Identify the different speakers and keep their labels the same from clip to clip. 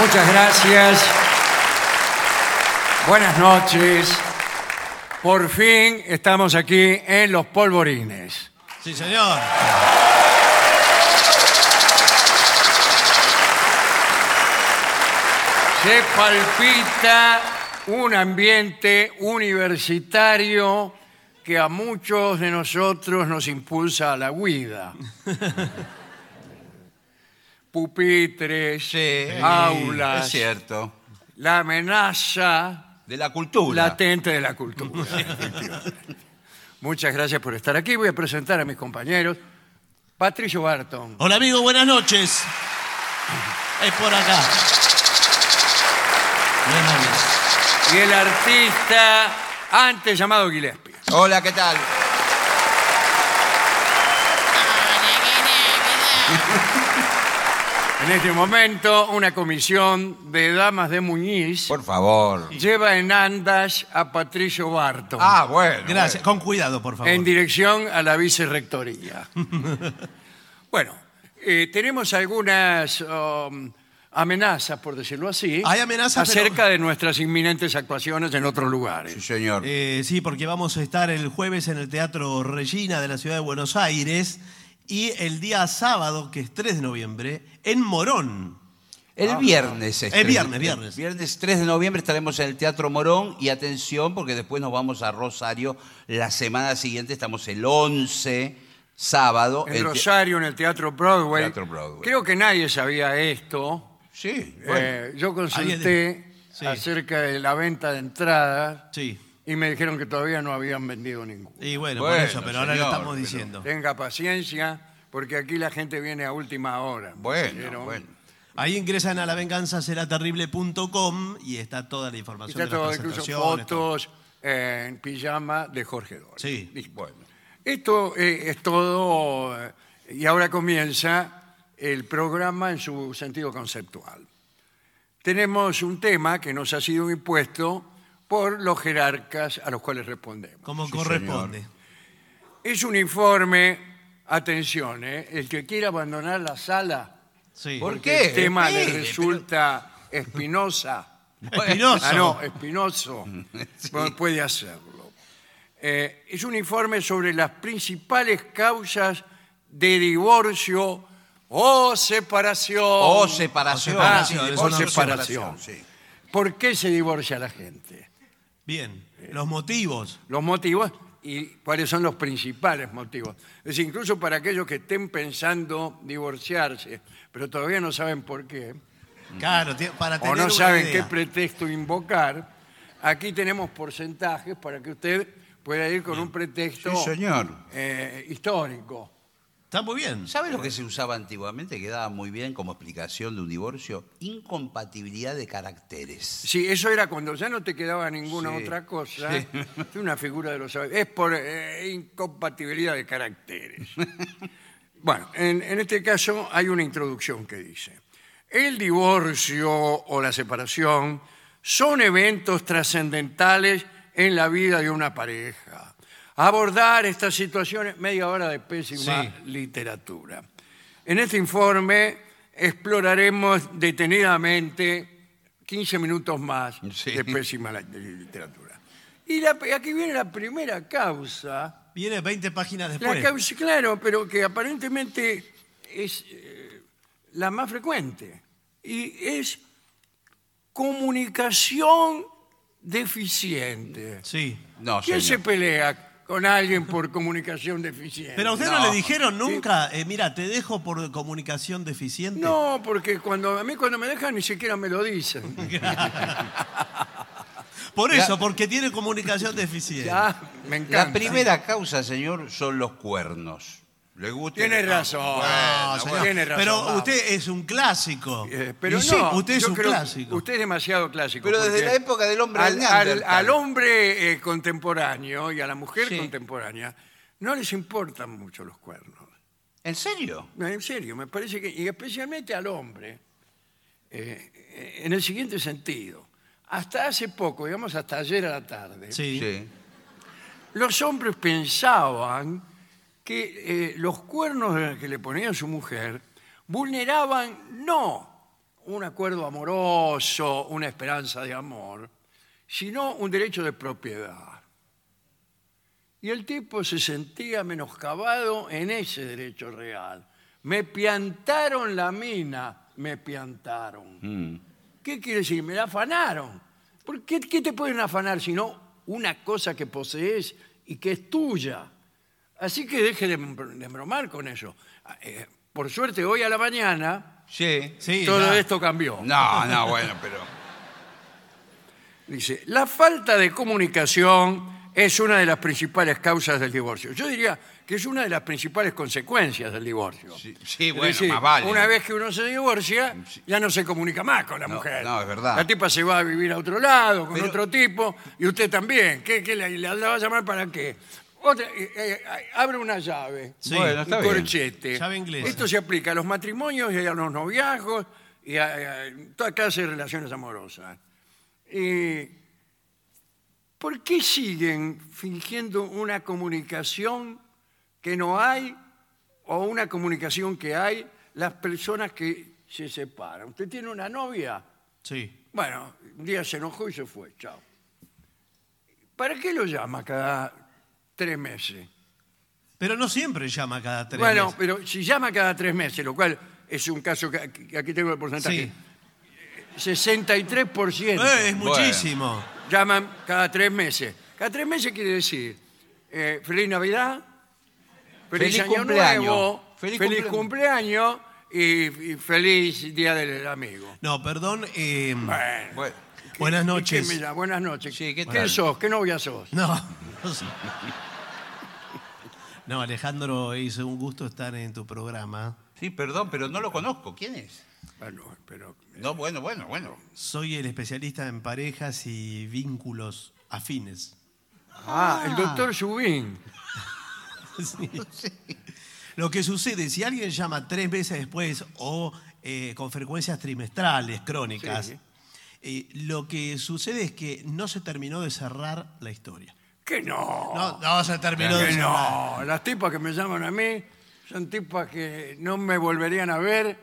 Speaker 1: Muchas gracias. Buenas noches. Por fin estamos aquí en Los Polvorines.
Speaker 2: Sí, señor.
Speaker 1: Se palpita un ambiente universitario que a muchos de nosotros nos impulsa a la huida. Pupitres,
Speaker 2: Sí.
Speaker 1: aulas,
Speaker 3: Es cierto.
Speaker 1: la amenaza
Speaker 3: De la cultura.
Speaker 1: latente de la cultura. efectivamente. Muchas gracias por estar aquí. Voy a presentar a mis compañeros. Patricio Barton,
Speaker 2: Hola, amigo, buenas noches. Es por acá. Bien, amigo.
Speaker 1: y el artista antes llamado Gillespie.
Speaker 3: Hola, ¿qué tal?
Speaker 1: En este momento, una comisión de damas de Muñiz
Speaker 3: Por favor.
Speaker 1: lleva en andas a Patricio Barton
Speaker 3: Ah, bueno.
Speaker 2: Gracias. Con cuidado, por favor.
Speaker 1: en dirección a la vicerrectoría. bueno, eh, tenemos algunas um, amenazas, por decirlo así,
Speaker 2: Hay amenazas, pero-
Speaker 1: acerca de nuestras inminentes actuaciones en otros lugares.
Speaker 3: Sí, señor.
Speaker 2: Eh, sí, porque vamos a estar el jueves en el Teatro Regina de la Ciudad de Buenos Aires y el día sábado, que es 3 de noviembre, en Morón.
Speaker 3: El
Speaker 1: ah. Eh,
Speaker 3: viernes. es
Speaker 2: El
Speaker 3: tres-
Speaker 2: viernes, viernes.
Speaker 3: Viernes 3 de noviembre estaremos en el Teatro Morón y atención porque después nos vamos a Rosario. La semana siguiente estamos el 11, sábado.
Speaker 1: En
Speaker 3: el te-
Speaker 1: Rosario, en el Teatro Broadway.
Speaker 3: Teatro Broadway.
Speaker 1: Creo que nadie sabía esto.
Speaker 3: Sí, bueno.
Speaker 1: Eh, yo
Speaker 2: Alguien
Speaker 1: consulté
Speaker 2: Sí.
Speaker 1: acerca de la venta de entradas
Speaker 2: Sí.
Speaker 1: y me dijeron que todavía no habían vendido ninguna.
Speaker 2: Y bueno, por
Speaker 3: Bueno,
Speaker 2: eso, pero ahora lo
Speaker 3: señor,
Speaker 2: estamos
Speaker 3: pero-
Speaker 2: diciendo.
Speaker 1: Tenga paciencia, porque aquí la gente viene a última hora.
Speaker 3: Bueno,
Speaker 1: Pero
Speaker 3: bueno.
Speaker 2: Ahí ingresan a lavenganzaseraterrible.com y está toda la
Speaker 1: y
Speaker 2: información.
Speaker 1: Está
Speaker 2: de las
Speaker 1: todo, incluso
Speaker 2: presentaciones, todo.
Speaker 1: fotos eh, en pijama de Jorge Dor.
Speaker 2: Sí.
Speaker 1: Y bueno, esto eh, es todo. eh, y ahora comienza el programa en su sentido conceptual. Tenemos un tema que nos ha sido impuesto por los jerarcas a los cuales respondemos.
Speaker 2: Como
Speaker 3: Sí,
Speaker 2: corresponde.
Speaker 1: Es un informe, atención, eh, el que quiera abandonar la sala
Speaker 2: Sí.
Speaker 3: ¿Por
Speaker 1: porque
Speaker 3: qué?
Speaker 1: el tema le
Speaker 3: Espere, pero-
Speaker 1: resulta espinosa.
Speaker 2: Espinoso.
Speaker 1: Ah, no, espinoso. Bueno, Puede hacerlo. Eh, es un informe sobre las principales causas de divorcio o separación. Ah,
Speaker 3: O separación.
Speaker 2: O separación,
Speaker 3: Sí,
Speaker 2: es
Speaker 3: o
Speaker 2: una
Speaker 1: separación.
Speaker 3: separación, sí.
Speaker 1: ¿Por qué se divorcia la gente?
Speaker 2: Bien. Los motivos.
Speaker 1: Los motivos y cuáles son los principales motivos. Es decir, incluso para aquellos que estén pensando divorciarse, pero todavía no saben por qué,
Speaker 2: Claro, ti- para tener
Speaker 1: o no
Speaker 2: una
Speaker 1: saben
Speaker 2: idea.
Speaker 1: qué pretexto invocar, aquí tenemos porcentajes para que usted pueda ir con un pretexto
Speaker 3: Sí, señor.
Speaker 1: eh, histórico.
Speaker 2: Está muy bien.
Speaker 3: ¿Sabe lo que se usaba antiguamente? Que daba muy bien como explicación de un divorcio. Incompatibilidad de caracteres.
Speaker 1: Sí, eso era cuando ya no te quedaba ninguna
Speaker 3: Sí,
Speaker 1: otra cosa. Es una figura de los saberes. Es por eh, incompatibilidad de caracteres. bueno, en, en este caso hay una introducción que dice: el divorcio o la separación son eventos trascendentales en la vida de una pareja. Abordar estas situaciones, media hora de pésima
Speaker 2: Sí.
Speaker 1: literatura. En este informe exploraremos detenidamente 15 minutos más
Speaker 3: Sí.
Speaker 1: de pésima la- de literatura. Y la- aquí viene la primera causa.
Speaker 2: Viene 20 páginas
Speaker 1: La
Speaker 2: después.
Speaker 1: causa, claro, pero que aparentemente es eh, la más frecuente. Y es comunicación deficiente.
Speaker 2: Sí.
Speaker 3: No,
Speaker 1: ¿Quién se
Speaker 3: señor.
Speaker 1: pelea con alguien por comunicación deficiente?
Speaker 2: Pero a usted no,
Speaker 3: No.
Speaker 2: le dijeron nunca, eh, mira, te dejo por comunicación deficiente.
Speaker 1: No, porque cuando a mí cuando me dejan ni siquiera me lo dicen.
Speaker 2: Por eso, porque tiene comunicación deficiente.
Speaker 1: Ya, me encanta.
Speaker 3: La primera causa, señor, son los cuernos. Le gusta.
Speaker 1: Tiene
Speaker 3: le cago.
Speaker 1: razón.
Speaker 3: Bueno,
Speaker 1: No,
Speaker 2: señor.
Speaker 3: bueno.
Speaker 1: tiene razón,
Speaker 2: Pero
Speaker 1: vamos.
Speaker 2: usted es un clásico.
Speaker 1: Eh, pero
Speaker 2: Y sí,
Speaker 1: no,
Speaker 2: usted es
Speaker 1: yo
Speaker 2: un
Speaker 1: creo-
Speaker 2: clásico.
Speaker 1: Usted es demasiado clásico.
Speaker 3: Pero desde
Speaker 1: porque
Speaker 3: la época del hombre
Speaker 1: al,
Speaker 3: del
Speaker 1: al-
Speaker 3: Neandertal.
Speaker 1: al hombre eh, contemporáneo y a la mujer
Speaker 2: Sí.
Speaker 1: contemporánea no les importan mucho los cuernos.
Speaker 3: ¿En serio?
Speaker 1: No, En serio, me parece que, y especialmente al hombre, eh, eh, en el siguiente sentido. Hasta hace poco, digamos hasta ayer a la tarde,
Speaker 2: Sí.
Speaker 1: los hombres pensaban que eh, los cuernos que le ponía su mujer vulneraban no un acuerdo amoroso, una esperanza de amor, sino un derecho de propiedad. Y el tipo se sentía menoscabado en ese derecho real. Me piantaron la mina, me piantaron. ¿Qué quiere decir? Me la afanaron. ¿Por qué, qué te pueden afanar sino una cosa que posees y que es tuya? Así que deje de, de bromar con eso. Eh, por suerte, hoy a la mañana
Speaker 3: Sí.
Speaker 2: Sí,
Speaker 1: todo
Speaker 2: ya.
Speaker 1: esto cambió.
Speaker 3: No, no, bueno, pero.
Speaker 1: Dice, la falta de comunicación es una de las principales causas del divorcio. Yo diría que es una de las principales consecuencias del divorcio.
Speaker 3: Sí, sí,
Speaker 1: Es
Speaker 3: bueno,
Speaker 1: decir,
Speaker 3: más vale. Mm,
Speaker 1: Una vez que uno se divorcia, ya no se comunica más con la
Speaker 3: No,
Speaker 1: mujer.
Speaker 3: no, es verdad.
Speaker 1: La tipa se va a vivir a otro lado, con
Speaker 3: Pero-
Speaker 1: otro tipo, y usted también. ¿Qué, qué la, la- la va a llamar para qué? Otra- eh, eh, abre una llave.
Speaker 2: Sí.
Speaker 3: Bueno, está
Speaker 1: un
Speaker 3: bien.
Speaker 1: corchete.
Speaker 2: Llave inglesa.
Speaker 1: Este, Esto se aplica a los matrimonios y a los noviazgos y a, a toda clase de relaciones amorosas. Eh, ¿Por qué siguen fingiendo una comunicación que no hay o una comunicación que hay las personas que se separan? Usted tiene una novia,
Speaker 2: Sí.
Speaker 1: bueno, un día se enojó y se fue, chao. ¿Para qué lo llama cada tres meses?
Speaker 2: Pero no siempre llama cada tres
Speaker 1: bueno,
Speaker 2: meses.
Speaker 1: pero si llama cada tres meses, lo cual es un caso que aquí aquí tengo el porcentaje,
Speaker 2: Sí.
Speaker 1: 63%.
Speaker 2: Eh, es
Speaker 3: Bueno.
Speaker 2: muchísimo.
Speaker 1: llaman cada tres meses. Cada tres meses quiere decir eh, feliz Navidad, feliz,
Speaker 3: Feliz
Speaker 1: año
Speaker 3: cumpleaños.
Speaker 1: nuevo, feliz,
Speaker 3: Feliz
Speaker 1: cumpleaños, y, y feliz día del amigo.
Speaker 2: No, perdón. eh,
Speaker 1: Bueno,
Speaker 3: Bueno,
Speaker 2: buenas
Speaker 1: Ah, ¿qué
Speaker 2: noches.
Speaker 1: me llama? Buenas noches.
Speaker 3: Sí, ¿qué
Speaker 1: ¿Quién
Speaker 3: tal?
Speaker 1: sos? ¿Qué novia sos?
Speaker 2: No, no sé. No, Alejandro, es un gusto estar en tu programa.
Speaker 3: sí, perdón, pero no lo conozco. ¿Quién es?
Speaker 1: Bueno, Ah, pero
Speaker 3: No, bueno, bueno, bueno.
Speaker 2: Soy el especialista en parejas y vínculos afines.
Speaker 1: Ah, el doctor Subín.
Speaker 2: Sí. Lo que sucede, si alguien llama tres veces después o eh, con frecuencias trimestrales, crónicas,
Speaker 1: Sí.
Speaker 2: eh, lo que sucede es que no se terminó de cerrar la historia.
Speaker 1: Que no.
Speaker 2: No, no se terminó de
Speaker 1: que
Speaker 2: cerrar.
Speaker 1: no. Las tipas que me llaman a mí son tipas que no me volverían a ver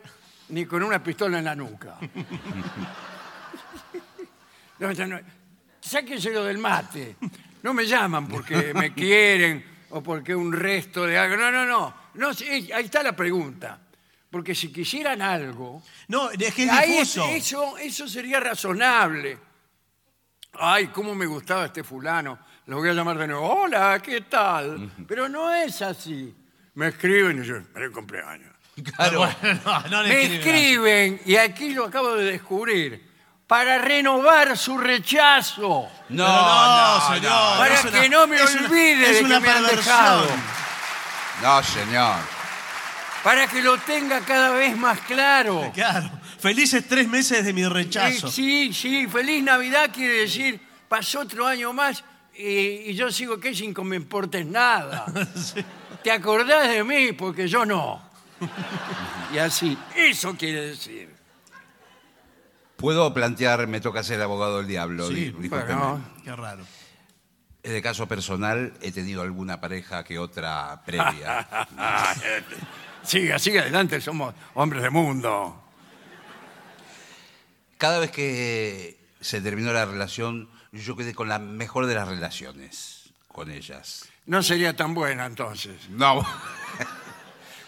Speaker 1: ni con una pistola en la nuca. no, ya no. Sáquenselo del mate. No me llaman porque me quieren o porque un resto de algo. No, no, no. no sí, ahí está la pregunta. Porque si quisieran algo,
Speaker 2: No, es que es
Speaker 1: Ahí es-
Speaker 2: difuso.
Speaker 1: eso, eso sería razonable. Ay, cómo me gustaba este fulano. Lo voy a llamar de nuevo. Hola, ¿qué tal? Pero no es así. Me escriben y yo, el cumpleaños.
Speaker 3: Claro.
Speaker 2: Bueno, no, no le
Speaker 1: Me
Speaker 2: escribe nada.
Speaker 1: escriben, y aquí lo acabo de descubrir, para renovar su rechazo.
Speaker 3: No,
Speaker 2: Pero
Speaker 3: no,
Speaker 2: no, señor.
Speaker 1: Para
Speaker 2: es
Speaker 1: que
Speaker 2: una-
Speaker 1: no me
Speaker 2: es una-
Speaker 1: olvide de
Speaker 2: es
Speaker 1: que
Speaker 2: una
Speaker 1: me han
Speaker 2: perversión.
Speaker 1: dejado.
Speaker 3: No, señor.
Speaker 1: Para que lo tenga cada vez más claro.
Speaker 2: Claro. Felices tres meses de mi rechazo.
Speaker 1: Sí, sí, sí, feliz Navidad quiere decir, pasó otro año más y, y yo sigo que sin que me importes nada. Te acordás de mí porque yo no. y así, eso quiere decir.
Speaker 3: Puedo plantear, me toca ser abogado del diablo.
Speaker 2: Sí,
Speaker 3: di- discúlpeme.
Speaker 1: bueno.
Speaker 2: Qué raro.
Speaker 3: En el caso personal, he tenido alguna pareja que otra previa.
Speaker 1: Siga, siga adelante, somos hombres de mundo.
Speaker 3: Cada vez que se terminó la relación, yo quedé con la mejor de las relaciones con ellas.
Speaker 1: No sería tan buena entonces.
Speaker 3: No,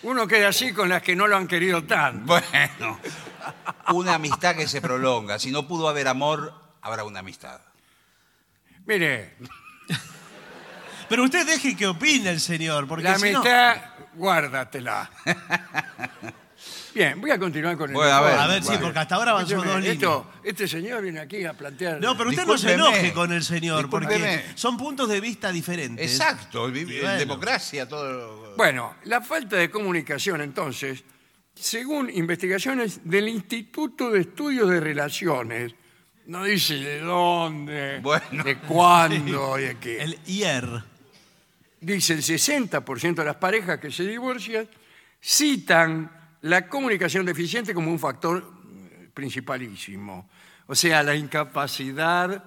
Speaker 1: Uno queda así con las que no lo han querido tanto.
Speaker 3: bueno. Una amistad que se prolonga. Si no pudo haber amor, habrá una amistad.
Speaker 1: Mire,
Speaker 2: Pero usted deje que opine el señor, porque
Speaker 1: la
Speaker 2: si no-
Speaker 1: mitad, guárdatela. Bien, voy a continuar con el
Speaker 3: Bueno, a
Speaker 1: informe.
Speaker 3: ver,
Speaker 2: A ver, sí,
Speaker 3: bueno.
Speaker 2: porque hasta ahora avanzó
Speaker 1: Escúcheme,
Speaker 2: dos líneas.
Speaker 1: esto- Este señor viene aquí a plantear...
Speaker 2: No, pero usted no se
Speaker 3: Discúlpeme.
Speaker 2: enoje con el señor, porque
Speaker 3: Discúlpeme.
Speaker 2: son puntos de vista diferentes.
Speaker 3: Exacto, vi-
Speaker 2: Y
Speaker 3: en
Speaker 2: bueno.
Speaker 3: democracia todo.
Speaker 1: Bueno, la falta de comunicación, entonces, según investigaciones del Instituto de Estudios de Relaciones, no dice de dónde,
Speaker 3: Bueno.
Speaker 1: de cuándo y de qué.
Speaker 2: El IER.
Speaker 1: Dice el 60% de las parejas que se divorcian citan la comunicación deficiente como un factor eh, principalísimo. O sea, la incapacidad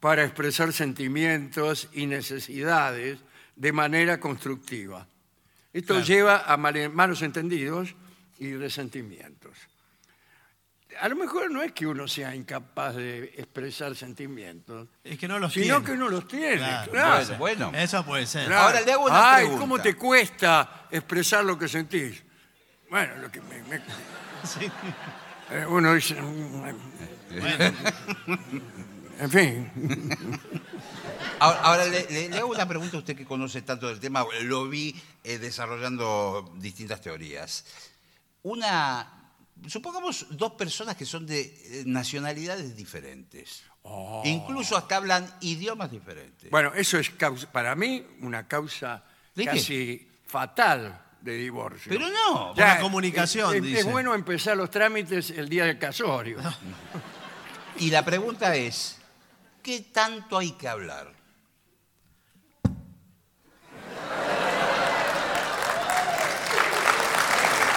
Speaker 1: para expresar sentimientos y necesidades de manera constructiva. Esto lleva a male- malos entendidos y resentimientos. A lo mejor no es que uno sea incapaz de expresar sentimientos,
Speaker 2: Es que no los
Speaker 1: sino
Speaker 2: tiene.
Speaker 1: que uno los tiene.
Speaker 2: Claro.
Speaker 1: claro.
Speaker 3: Bueno, bueno.
Speaker 2: Eso puede ser.
Speaker 3: Claro. Ahora le hago una
Speaker 1: Ay,
Speaker 3: pregunta.
Speaker 1: ¿cómo te cuesta expresar lo que sentís? Bueno, lo que me- me-
Speaker 2: Sí.
Speaker 1: eh, uno dice... mm, En fin,
Speaker 3: Ahora, ahora le, le- le hago una pregunta a usted que conoce tanto del tema. Lo vi eh, desarrollando distintas teorías. Una, supongamos dos personas que son de eh, nacionalidades diferentes. Incluso hasta hablan idiomas diferentes.
Speaker 1: bueno, eso es causa- para mí una causa
Speaker 3: ¿De qué?
Speaker 1: casi fatal de divorcio.
Speaker 3: Pero no.
Speaker 2: Ya. la comunicación,
Speaker 1: es- es,
Speaker 2: dice.
Speaker 1: es bueno empezar los trámites el día del casorio.
Speaker 3: Y la pregunta es, ¿qué tanto hay que hablar?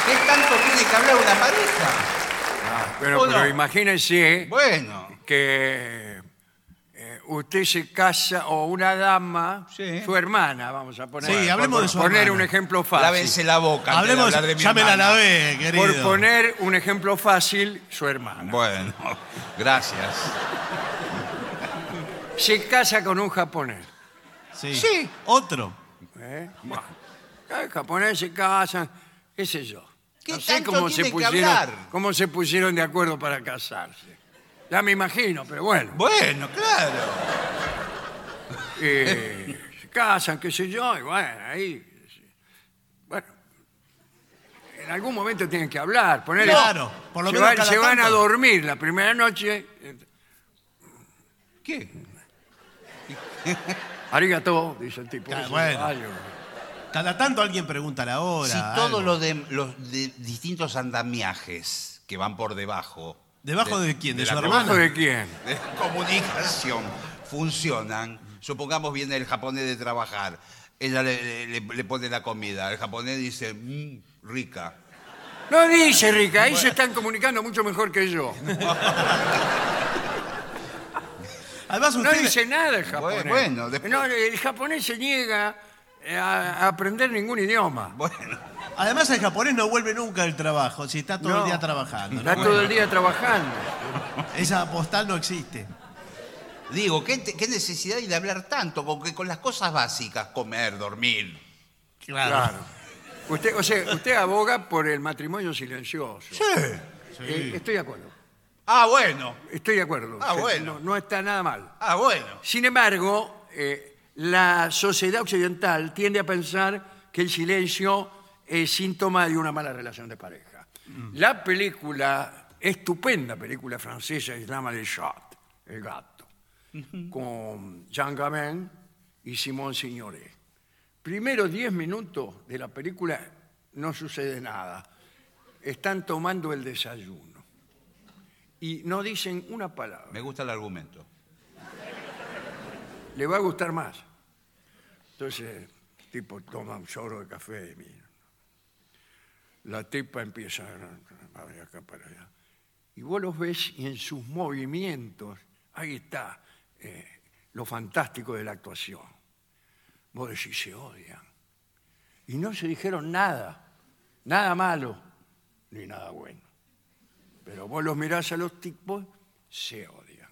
Speaker 3: ¿Qué tanto tiene que hablar una pareja?
Speaker 1: Bueno,
Speaker 3: ¿O no?
Speaker 1: pero imagínense
Speaker 3: Bueno,
Speaker 1: que eh, usted se casa o una dama,
Speaker 3: Sí.
Speaker 1: su hermana, vamos a poner,
Speaker 2: Sí,
Speaker 1: por-
Speaker 2: hablemos
Speaker 1: por
Speaker 2: de su
Speaker 1: poner
Speaker 2: hermana.
Speaker 1: un ejemplo fácil.
Speaker 3: lávense la boca. antes
Speaker 2: Hablemos,
Speaker 3: de hablar de mi
Speaker 2: llámela a
Speaker 3: hermana.
Speaker 2: la B, querido.
Speaker 1: Por poner un ejemplo fácil, su hermana.
Speaker 3: Bueno, gracias.
Speaker 1: Se casa con un japonés.
Speaker 2: Sí.
Speaker 3: Sí.
Speaker 2: Otro.
Speaker 1: ¿eh? Bueno, los japoneses se casan, qué sé yo.
Speaker 3: ¿Qué
Speaker 1: no sé
Speaker 3: tanto
Speaker 1: cómo se,
Speaker 3: tienen que
Speaker 1: pusieron,
Speaker 3: hablar?
Speaker 1: cómo se pusieron de acuerdo para casarse. Ya me imagino, pero bueno.
Speaker 3: Bueno, claro.
Speaker 1: eh, se casan, qué sé yo, y bueno, ahí... Bueno, en algún momento tienen que hablar. Ponerle,
Speaker 2: Claro, por lo
Speaker 1: se
Speaker 2: menos
Speaker 1: van-
Speaker 2: cada
Speaker 1: se van a
Speaker 2: tanto.
Speaker 1: dormir la primera noche, eh,
Speaker 3: ¿Qué?
Speaker 1: arigato, dice el tipo.
Speaker 2: Claro,
Speaker 1: ese,
Speaker 2: bueno.
Speaker 1: algo.
Speaker 2: Cada tanto alguien pregunta la hora.
Speaker 3: Si
Speaker 2: algo.
Speaker 3: todos los, de- los de- distintos andamiajes que van por debajo...
Speaker 2: ¿Debajo de quién? ¿De
Speaker 3: la
Speaker 2: su
Speaker 3: comuni-
Speaker 1: ¿Hermano de quién?
Speaker 3: de comunicación funcionan. Supongamos viene el japonés de trabajar, ella le, le- le pone la comida, el japonés dice, "Mm, rica.
Speaker 1: No dice, Rica, ahí se están comunicando mucho mejor que yo.
Speaker 2: Además,
Speaker 1: No
Speaker 2: usted.
Speaker 1: dice nada el japonés.
Speaker 3: bueno, después-
Speaker 1: No, el japonés se niega eh, a a aprender ningún idioma.
Speaker 3: Bueno,
Speaker 2: Además, el japonés no vuelve nunca del trabajo, si está todo
Speaker 1: No.
Speaker 2: el día trabajando. ¿no?
Speaker 1: Está todo el día trabajando.
Speaker 2: Esa postal no existe.
Speaker 3: digo, ¿qué, te- qué necesidad hay de hablar tanto? Con, que con las cosas básicas, comer, dormir.
Speaker 1: Claro. Usted, o sea, usted aboga por el matrimonio silencioso. Eh, estoy de acuerdo.
Speaker 3: Ah, bueno,
Speaker 1: Estoy de acuerdo.
Speaker 3: Ah,
Speaker 1: O sea,
Speaker 3: bueno.
Speaker 1: No, no está nada mal.
Speaker 3: ah, bueno.
Speaker 1: Sin embargo, eh, la sociedad occidental tiende a pensar que el silencio es síntoma de una mala relación de pareja. La película, estupenda película francesa, que se llama Le Chat, El Gato, con Jean Gabin y Simone Signoret. Primero 10 minutos de la película no sucede nada. Están tomando el desayuno y no dicen una palabra
Speaker 3: Me gusta el argumento.
Speaker 1: le va a gustar más. Entonces, el tipo toma un chorro de café y mira. La tipa empieza a a- de acá para allá. Y vos los ves y en sus movimientos, ahí está eh, lo fantástico de la actuación. Vos decís, se odian. Y no se dijeron nada, nada malo, ni nada bueno. Pero vos los mirás a los tipos, se odian.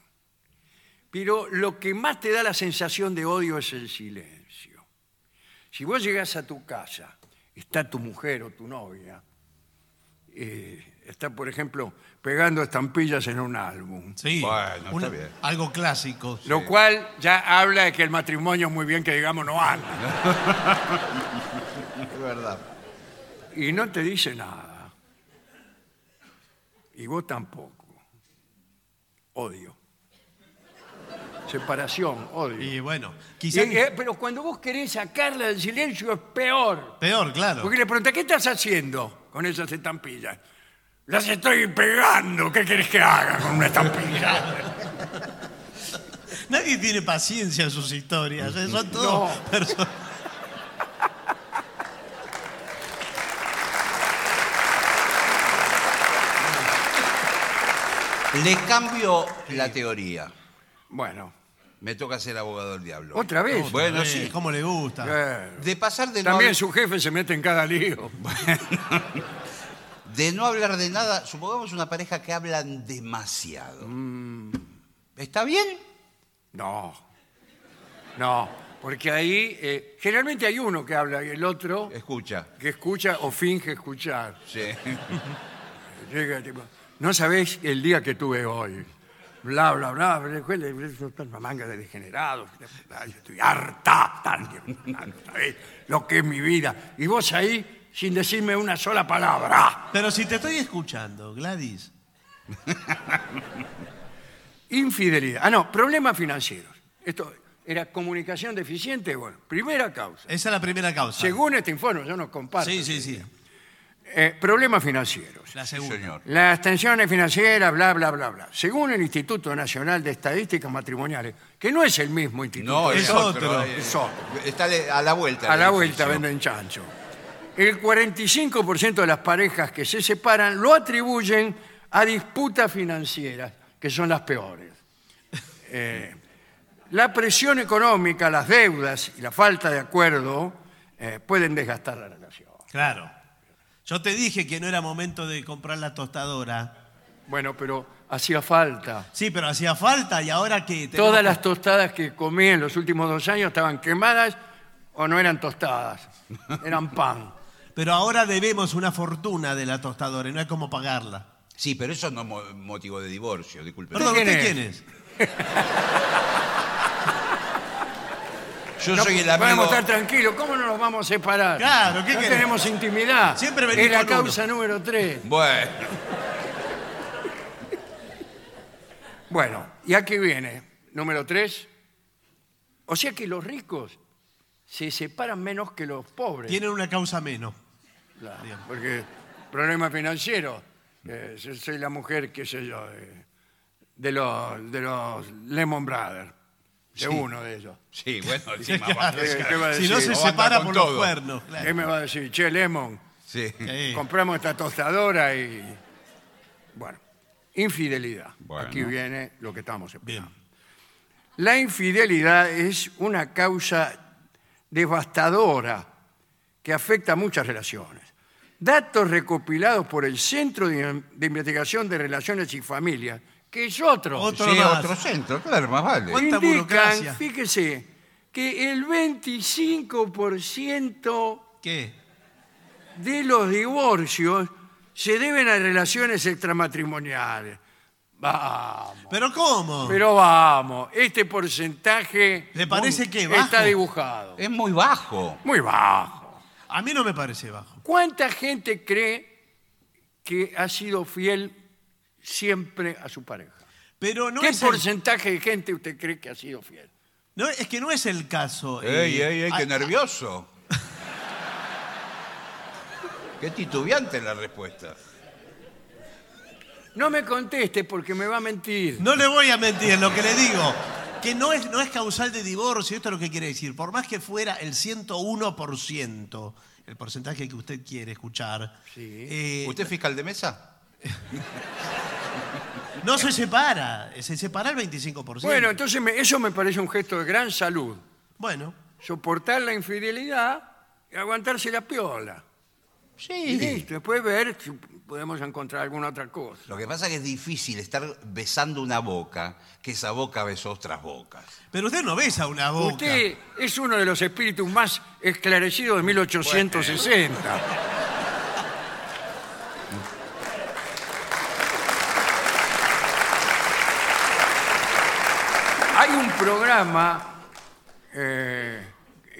Speaker 1: Pero lo que más te da la sensación de odio es el silencio. Si vos llegás a tu casa, está tu mujer o tu novia, eh, está, por ejemplo, pegando estampillas en un álbum,
Speaker 2: Sí.
Speaker 3: Bueno, está bien.
Speaker 2: Algo clásico.
Speaker 1: lo cual ya habla de que el matrimonio, muy bien que digamos, no anda.
Speaker 3: Es verdad.
Speaker 1: Y no te dice nada. y vos tampoco. Odio. Separación, odio.
Speaker 2: Y bueno,
Speaker 1: Y-
Speaker 2: quizás.
Speaker 1: eh, pero cuando vos querés sacarla del silencio es peor.
Speaker 2: Peor, claro.
Speaker 1: Porque le pregunté, ¿qué estás haciendo con esas estampillas? Las estoy pegando. ¿Qué querés que haga con una estampilla?
Speaker 2: Nadie tiene paciencia en sus historias. ¿eh? Son todos
Speaker 1: No.
Speaker 2: personas.
Speaker 3: Le cambio la teoría.
Speaker 1: bueno,
Speaker 3: Me toca ser abogado del diablo.
Speaker 1: ¿Otra vez?
Speaker 3: Bueno,
Speaker 2: Eh,
Speaker 3: sí.
Speaker 2: ¿Cómo le gusta?
Speaker 1: claro.
Speaker 3: De pasar de no,
Speaker 1: También
Speaker 3: habl-
Speaker 1: su jefe se mete en cada lío.
Speaker 3: de no hablar de nada, supongamos una pareja que hablan demasiado.
Speaker 1: Mm.
Speaker 3: ¿Está bien?
Speaker 1: No, no, porque ahí eh, generalmente hay uno que habla y el otro
Speaker 3: Escucha.
Speaker 1: que escucha o finge escuchar.
Speaker 3: Sí.
Speaker 1: Llega tipo, no sabés el día que tuve hoy. Bla, bla, bla, bla, bla, bla, bla, son una manga de degenerados. Ay, Estoy harta, tan- harta, ¿sabés? lo que es mi vida. Y vos ahí sin decirme una sola palabra.
Speaker 2: Pero si te estoy escuchando, Gladys.
Speaker 1: Infidelidad. Ah, no, problemas financieros. Esto era comunicación deficiente. Bueno, primera causa.
Speaker 2: Esa es la primera causa.
Speaker 1: Según este informe, yo no comparto.
Speaker 2: Ah. Sí, sí, sí.
Speaker 1: Eh, problemas financieros.
Speaker 2: La
Speaker 3: Sí,
Speaker 2: segunda.
Speaker 3: señor.
Speaker 1: Las tensiones financieras, bla, bla, bla, bla. Según el Instituto Nacional de Estadísticas Matrimoniales, que no es el mismo instituto,
Speaker 3: No,
Speaker 2: Es
Speaker 3: es,
Speaker 2: otro,
Speaker 3: otro.
Speaker 1: es otro.
Speaker 3: Está le- a la vuelta.
Speaker 1: a
Speaker 3: del
Speaker 1: la vuelta
Speaker 3: edificio.
Speaker 1: venden chancho. El 45% de las parejas que se separan lo atribuyen a disputas financieras, que son las peores. Eh, la presión económica, las deudas y la falta de acuerdo eh, pueden desgastar la relación.
Speaker 2: Claro. Yo te dije que no era momento de comprar la tostadora.
Speaker 1: Bueno, pero hacía falta.
Speaker 2: Sí, pero hacía falta y ahora que... tenemos
Speaker 1: Todas
Speaker 2: que-
Speaker 1: las tostadas que comí en los últimos dos años estaban quemadas o no eran tostadas, eran pan.
Speaker 2: Pero ahora debemos una fortuna de la tostadora y no hay cómo pagarla.
Speaker 3: Sí, pero eso no es mo- motivo de divorcio, disculpe.
Speaker 2: Perdón,
Speaker 1: quién
Speaker 2: ¿usted
Speaker 1: es?
Speaker 2: quién es?
Speaker 3: Yo
Speaker 1: No,
Speaker 3: soy el
Speaker 1: Vamos
Speaker 3: amigo.
Speaker 1: a estar tranquilos, ¿cómo no nos vamos a separar?
Speaker 2: Claro, ¿qué
Speaker 1: No
Speaker 2: querés?
Speaker 1: tenemos intimidad.
Speaker 2: Siempre venís
Speaker 1: Es la
Speaker 2: con
Speaker 1: causa número tres.
Speaker 3: Bueno,
Speaker 1: Bueno, y aquí viene, número tres. O sea que los ricos se separan menos que los pobres.
Speaker 2: Tienen una causa menos.
Speaker 1: Claro, porque problemas financieros. eh, yo soy la mujer, qué sé yo, de, de los, de los Lemon Brothers, de uno de ellos.
Speaker 3: sí, bueno, encima
Speaker 2: Claro,
Speaker 3: va.
Speaker 1: ¿qué va a
Speaker 2: si no
Speaker 1: decir?
Speaker 2: se
Speaker 3: No anda
Speaker 2: separa
Speaker 3: con
Speaker 2: por los
Speaker 3: todo.
Speaker 2: cuernos. claro.
Speaker 1: Él me va a decir, che, Lemon,
Speaker 3: Sí.
Speaker 2: Sí.
Speaker 1: compramos esta tostadora y... Bueno, infidelidad.
Speaker 3: Bueno.
Speaker 1: Aquí viene lo que estamos esperando.
Speaker 2: Bien.
Speaker 1: La infidelidad es una causa devastadora que afecta a muchas relaciones. Datos recopilados por el Centro de de Investigación de Relaciones y Familias, que es otro,
Speaker 2: Otro
Speaker 3: Sí,
Speaker 2: más.
Speaker 3: otro centro, claro, más vale.
Speaker 2: ¿Cuánto? cuánta burocracia.
Speaker 1: indican, fíjese, que el 25%
Speaker 2: ¿Qué?
Speaker 1: de los divorcios se deben a relaciones extramatrimoniales. Vamos.
Speaker 2: ¿Pero cómo?
Speaker 1: Pero vamos, este porcentaje
Speaker 2: ¿Le parece que
Speaker 1: está
Speaker 2: bajo?
Speaker 1: dibujado.
Speaker 3: Es muy bajo.
Speaker 1: Muy bajo.
Speaker 2: A mí no me parece bajo.
Speaker 1: ¿Cuánta gente cree que ha sido fiel siempre a su pareja?
Speaker 2: Pero no
Speaker 1: ¿Qué
Speaker 2: es, el,
Speaker 1: porcentaje de gente usted cree que ha sido fiel?
Speaker 2: no, es que no es el caso. eh.
Speaker 3: Ey, ey, ey,
Speaker 2: Ah,
Speaker 3: qué nervioso. Qué titubeante la respuesta.
Speaker 1: No me conteste porque me va a mentir.
Speaker 2: No le voy a mentir en lo que le digo. Que no es, no es causal de divorcio, esto es lo que quiere decir. Por más que fuera el 101%, el porcentaje que usted quiere escuchar,
Speaker 1: Sí.
Speaker 2: eh,
Speaker 3: ¿Usted es fiscal de mesa?
Speaker 2: no se separa. Se separa el 25%.
Speaker 1: Bueno, entonces me- eso me parece un gesto de gran salud.
Speaker 2: Bueno,
Speaker 1: Soportar la infidelidad y aguantarse la piola. Y
Speaker 3: Sí.
Speaker 1: listo, después ver si podemos encontrar alguna otra cosa.
Speaker 3: Lo que pasa es que es difícil estar besando una boca que esa boca besó otras bocas.
Speaker 2: pero usted no besa una boca.
Speaker 1: Usted es uno de los espíritus más esclarecidos de 1860. Hay un programa, eh,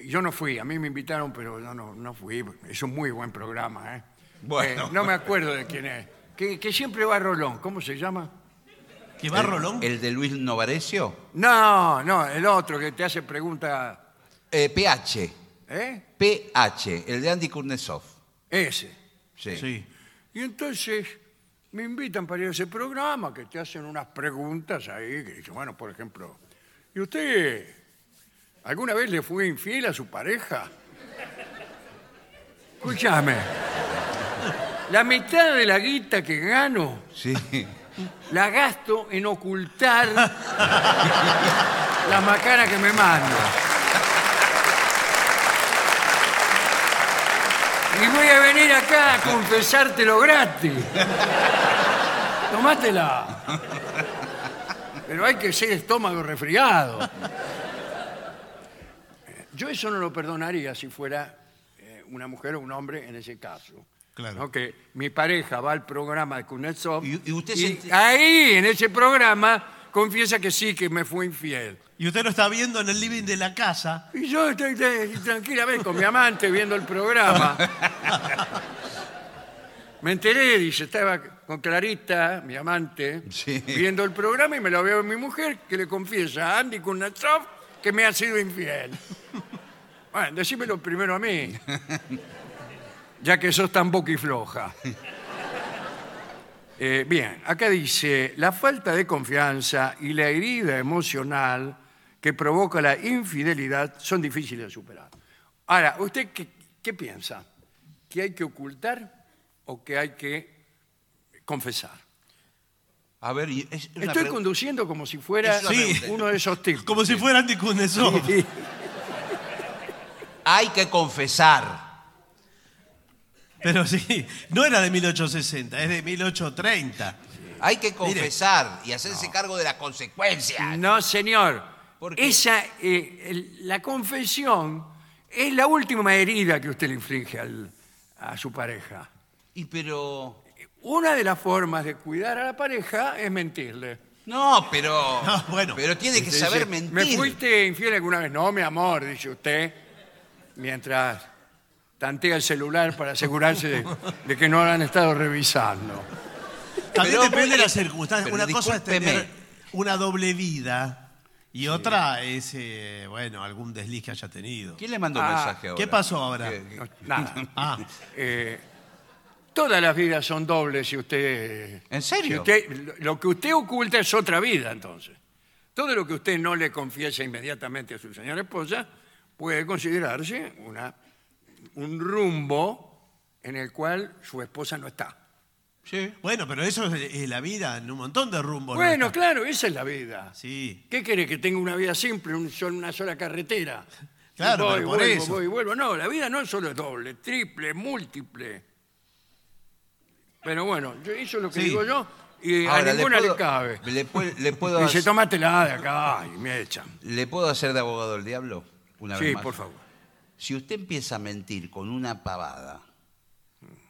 Speaker 1: yo no fui, a mí me invitaron, pero yo no, no fui. Es un muy buen programa. ¿eh?
Speaker 3: Bueno.
Speaker 1: Eh, no me acuerdo de quién es. que, que siempre va Rolón, ¿cómo se llama?
Speaker 2: ¿Que va Rolón?
Speaker 3: ¿El de Luis Novarecio?
Speaker 1: No, no, el otro que te hace preguntas,
Speaker 3: Eh, PH.
Speaker 1: ¿eh?
Speaker 3: PH, el de Andy Kurnesov.
Speaker 1: Ese.
Speaker 3: Sí.
Speaker 2: Sí.
Speaker 1: Y entonces me invitan para ir a ese programa que te hacen unas preguntas ahí, que dicen, bueno, por ejemplo, ¿y usted alguna vez le fue infiel a su pareja? Escúchame, la mitad de la guita que gano
Speaker 3: Sí.
Speaker 1: la gasto en ocultar la macana que me manda. Y voy a venir acá a confesártelo gratis. Tomátela. Pero hay que ser estómago resfriado. Yo eso no lo perdonaría si fuera eh, una mujer o un hombre en ese caso.
Speaker 2: Claro.
Speaker 1: ¿No? Que mi pareja va al programa de Kunetsov
Speaker 3: Y- y usted siente-
Speaker 1: ahí, en ese programa, confiesa que sí, que me fue infiel.
Speaker 2: Y usted lo está viendo en el living de la casa.
Speaker 1: Y yo estoy tra- tranquilamente con mi amante viendo el programa. Me enteré, dice, estaba con Clarita, mi amante,
Speaker 3: Sí.
Speaker 1: viendo el programa y me lo veo mi mujer que le confiesa a Andy Kurnatsov que me ha sido infiel. Bueno, decímelo primero a mí, ya que sos tan boquifloja. Eh, bien, acá dice, la falta de confianza y la herida emocional que provoca la infidelidad son difíciles de superar. Ahora, ¿usted qué, qué piensa? ¿Que hay que ocultar o que hay que confesar?
Speaker 3: A ver, y es una
Speaker 1: Estoy
Speaker 3: pregu-
Speaker 1: conduciendo como si fuera
Speaker 3: Es una pregunta.
Speaker 1: uno de esos tipos.
Speaker 2: Como si fuera Andy Kuznetsov.
Speaker 1: Sí.
Speaker 3: Hay que confesar.
Speaker 2: Pero sí, no era de 1860, es de 1830.
Speaker 3: Hay que confesar y hacerse cargo de las consecuencias.
Speaker 1: No, señor.
Speaker 3: ¿Por qué?
Speaker 1: Esa, eh, el- la confesión es la última herida que usted le inflige al- a su pareja.
Speaker 3: Y pero.
Speaker 1: Una de las formas de cuidar a la pareja es mentirle.
Speaker 3: No, pero.
Speaker 2: No, bueno.
Speaker 3: Pero tiene que
Speaker 1: Usted
Speaker 3: saber
Speaker 1: dice, ¿Me
Speaker 3: mentir.
Speaker 1: fuiste infiel alguna vez? No, mi amor, dice usted, mientras tantea el celular para asegurarse de, de que no lo han estado revisando.
Speaker 2: También
Speaker 3: Pero,
Speaker 2: depende de las
Speaker 3: pero,
Speaker 2: circunstancias.
Speaker 3: pero
Speaker 2: Una cosa es
Speaker 3: discúlpeme.
Speaker 2: tener una doble vida y otra es, eh, bueno, algún desliz que haya tenido.
Speaker 3: ¿Quién le mandó un
Speaker 1: Ah,
Speaker 3: mensaje ahora?
Speaker 2: ¿Qué pasó ahora?
Speaker 3: ¿Qué- qué-
Speaker 1: No, nada.
Speaker 2: Ah,
Speaker 1: Eh, todas las vidas son dobles si usted...
Speaker 3: ¿En serio?
Speaker 1: si usted- lo- lo que usted oculta es otra vida, entonces. Todo lo que usted no le confiesa inmediatamente a su señora esposa puede considerarse una, un rumbo en el cual su esposa no está.
Speaker 3: Sí.
Speaker 2: bueno, pero eso es, es la vida en un montón de rumbos. ¿no?
Speaker 1: Bueno, claro, esa es la vida.
Speaker 2: Sí.
Speaker 1: ¿Qué quiere que tenga una vida simple, un sol- una sola carretera?
Speaker 2: Claro,
Speaker 1: voy,
Speaker 2: pero por
Speaker 1: vuelvo,
Speaker 2: eso.
Speaker 1: voy, vuelvo. No, la vida no solo es doble, triple, múltiple. Pero bueno, yo- eso es lo que
Speaker 2: Sí.
Speaker 1: digo yo y
Speaker 3: Ahora,
Speaker 1: a ninguna le cabe.
Speaker 3: Le, pue- le puedo
Speaker 1: Dice,
Speaker 3: hacer,
Speaker 1: tómatela de acá y me echan.
Speaker 3: ¿Le puedo hacer de abogado del diablo? Una
Speaker 1: Sí,
Speaker 3: vez más.
Speaker 1: por favor.
Speaker 3: Si usted empieza a mentir con una pavada,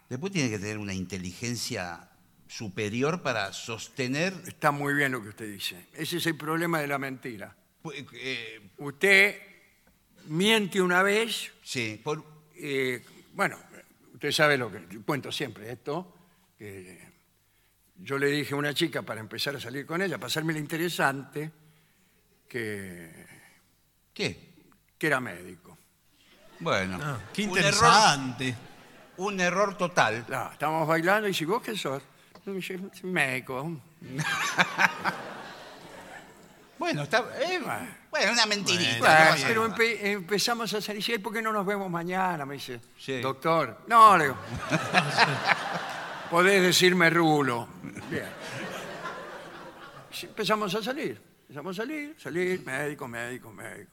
Speaker 3: después tiene que tener una inteligencia superior para sostener.
Speaker 1: Está muy bien lo que usted dice. Ese es el problema de la mentira.
Speaker 3: eh,
Speaker 1: Usted miente una vez
Speaker 3: sí, por,
Speaker 1: Eh, bueno, usted sabe lo que yo cuento siempre esto. que yo le dije a una chica para empezar a salir con ella, pasármela interesante, que,
Speaker 3: ¿Qué?
Speaker 1: que era médico.
Speaker 3: Bueno.
Speaker 2: Ah, qué
Speaker 3: Un
Speaker 2: interesante.
Speaker 3: error- Un error, total.
Speaker 1: Claro, estábamos bailando y si vos qué sos, Y me dice, "Soy médico.
Speaker 3: Bueno, está. eh, bueno, una
Speaker 2: Bueno,
Speaker 3: mentirita. no
Speaker 1: Bueno,
Speaker 3: pasa
Speaker 1: pero
Speaker 3: nada.
Speaker 1: empe- empezamos a salir. "Sí, ¿Por qué no nos vemos mañana? Me dice,
Speaker 3: Sí.
Speaker 1: doctor. No, le digo. Podés decirme rulo. Bien. Sí, Empezamos a salir. Empezamos a salir, salir, médico, médico, médico.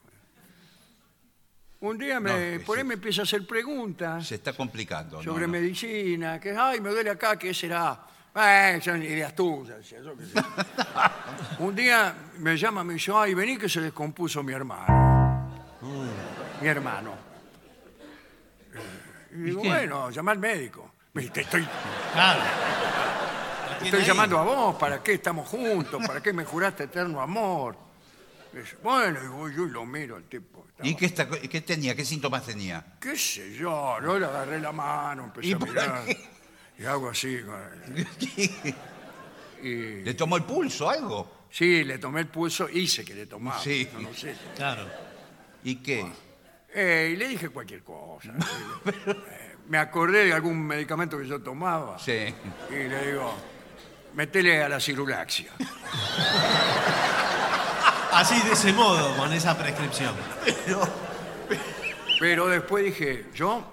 Speaker 1: Un día me,
Speaker 3: No, que
Speaker 1: por ahí
Speaker 3: sí.
Speaker 1: me empieza a hacer preguntas
Speaker 3: Se está complicando. ¿no?
Speaker 1: sobre
Speaker 3: No.
Speaker 1: medicina, que ay, me duele acá, ¿qué será? Eh, son ideas tuyas. decía yo, qué sé yo. Un día me llama, me dice, ay, vení que se descompuso mi hermano. Mi hermano. Eh, Y digo, bueno, llama al médico. Me dice, te estoy,
Speaker 2: Claro. La
Speaker 1: te
Speaker 2: tiene
Speaker 1: estoy
Speaker 2: ahí.
Speaker 1: llamando a vos, ¿para qué estamos juntos? ¿Para qué me juraste eterno amor? Me dice, bueno, y voy yo y lo miro al tipo.
Speaker 3: ¿Y qué, está- qué tenía? ¿Qué síntomas tenía?
Speaker 1: ¿Qué sé yo? Yo le agarré la mano, empecé
Speaker 3: ¿Y
Speaker 1: a
Speaker 3: para
Speaker 1: mirar.
Speaker 3: qué?
Speaker 1: Y Y hago así. con el- y-
Speaker 3: ¿Le tomó el pulso algo?
Speaker 1: sí, le tomé el pulso, hice que le tomaba.
Speaker 3: Sí.
Speaker 1: no, no sé.
Speaker 2: Claro.
Speaker 3: ¿Y qué?
Speaker 1: Eh, y le dije cualquier cosa. Eh, Me acordé de algún medicamento que yo tomaba.
Speaker 3: Sí.
Speaker 1: Y le digo, metele a la cirulaxia.
Speaker 2: Así de ese modo, con esa prescripción.
Speaker 1: Pero después dije, yo,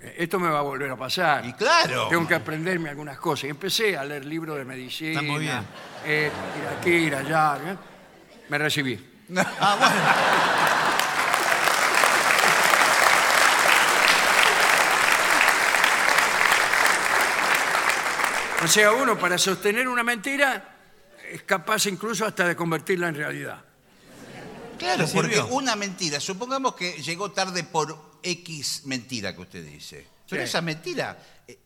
Speaker 1: eh, esto me va a volver a pasar.
Speaker 3: Y claro.
Speaker 1: Tengo que aprenderme algunas cosas. Y empecé a leer libros de medicina.
Speaker 2: Está muy bien.
Speaker 1: eh, ir aquí, ir allá. ¿eh? Me recibí.
Speaker 2: Ah, bueno.
Speaker 1: O sea, uno para sostener una mentira es capaz incluso hasta de convertirla en realidad.
Speaker 3: Claro,
Speaker 2: ¿Le
Speaker 3: porque
Speaker 2: sirvió?
Speaker 3: una mentira, supongamos que llegó tarde por X mentira que usted dice. Pero
Speaker 1: Sí.
Speaker 3: esa mentira eh,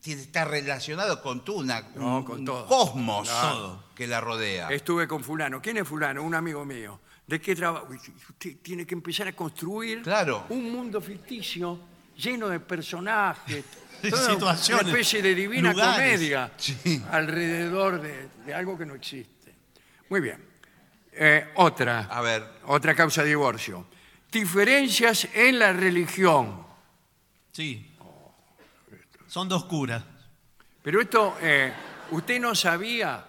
Speaker 3: tiene- está relacionado con tú, una,
Speaker 1: No,
Speaker 3: un,
Speaker 1: con
Speaker 3: un
Speaker 1: todo.
Speaker 3: cosmos
Speaker 2: Claro.
Speaker 3: que la rodea.
Speaker 1: Estuve con fulano. ¿Quién es fulano? Un amigo mío. ¿De qué trabajo? Usted tiene que empezar a construir
Speaker 3: Claro.
Speaker 1: un mundo ficticio lleno de personajes.
Speaker 2: De
Speaker 1: toda
Speaker 2: situaciones,
Speaker 1: Una especie de divina
Speaker 2: lugares.
Speaker 1: comedia
Speaker 3: Sí.
Speaker 1: alrededor de, de algo que no existe. Muy bien. Eh, otra.
Speaker 3: A ver.
Speaker 1: Otra causa de divorcio. Diferencias en la religión.
Speaker 2: Sí. Son dos curas.
Speaker 1: Pero esto, eh, ¿usted no sabía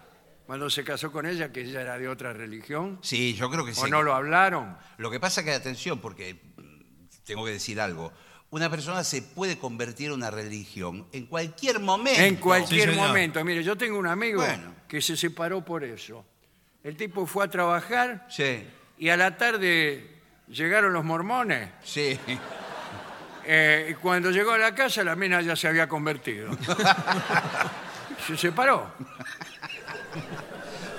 Speaker 1: cuando se casó con ella que ella era de otra religión?
Speaker 3: Sí, yo creo que
Speaker 1: ¿O
Speaker 3: sí.
Speaker 1: no lo hablaron?
Speaker 3: Lo que pasa que, atención, porque mm, tengo que decir algo. Una persona se puede convertir en una religión en cualquier momento.
Speaker 1: En cualquier
Speaker 2: Sí, señor.
Speaker 1: momento. Mire, yo tengo un amigo
Speaker 3: Bueno.
Speaker 1: que se separó por eso. El tipo fue a trabajar
Speaker 3: Sí,
Speaker 1: y a la tarde llegaron los mormones.
Speaker 3: sí.
Speaker 1: eh, y cuando llegó a la casa, la mina ya se había convertido. se separó.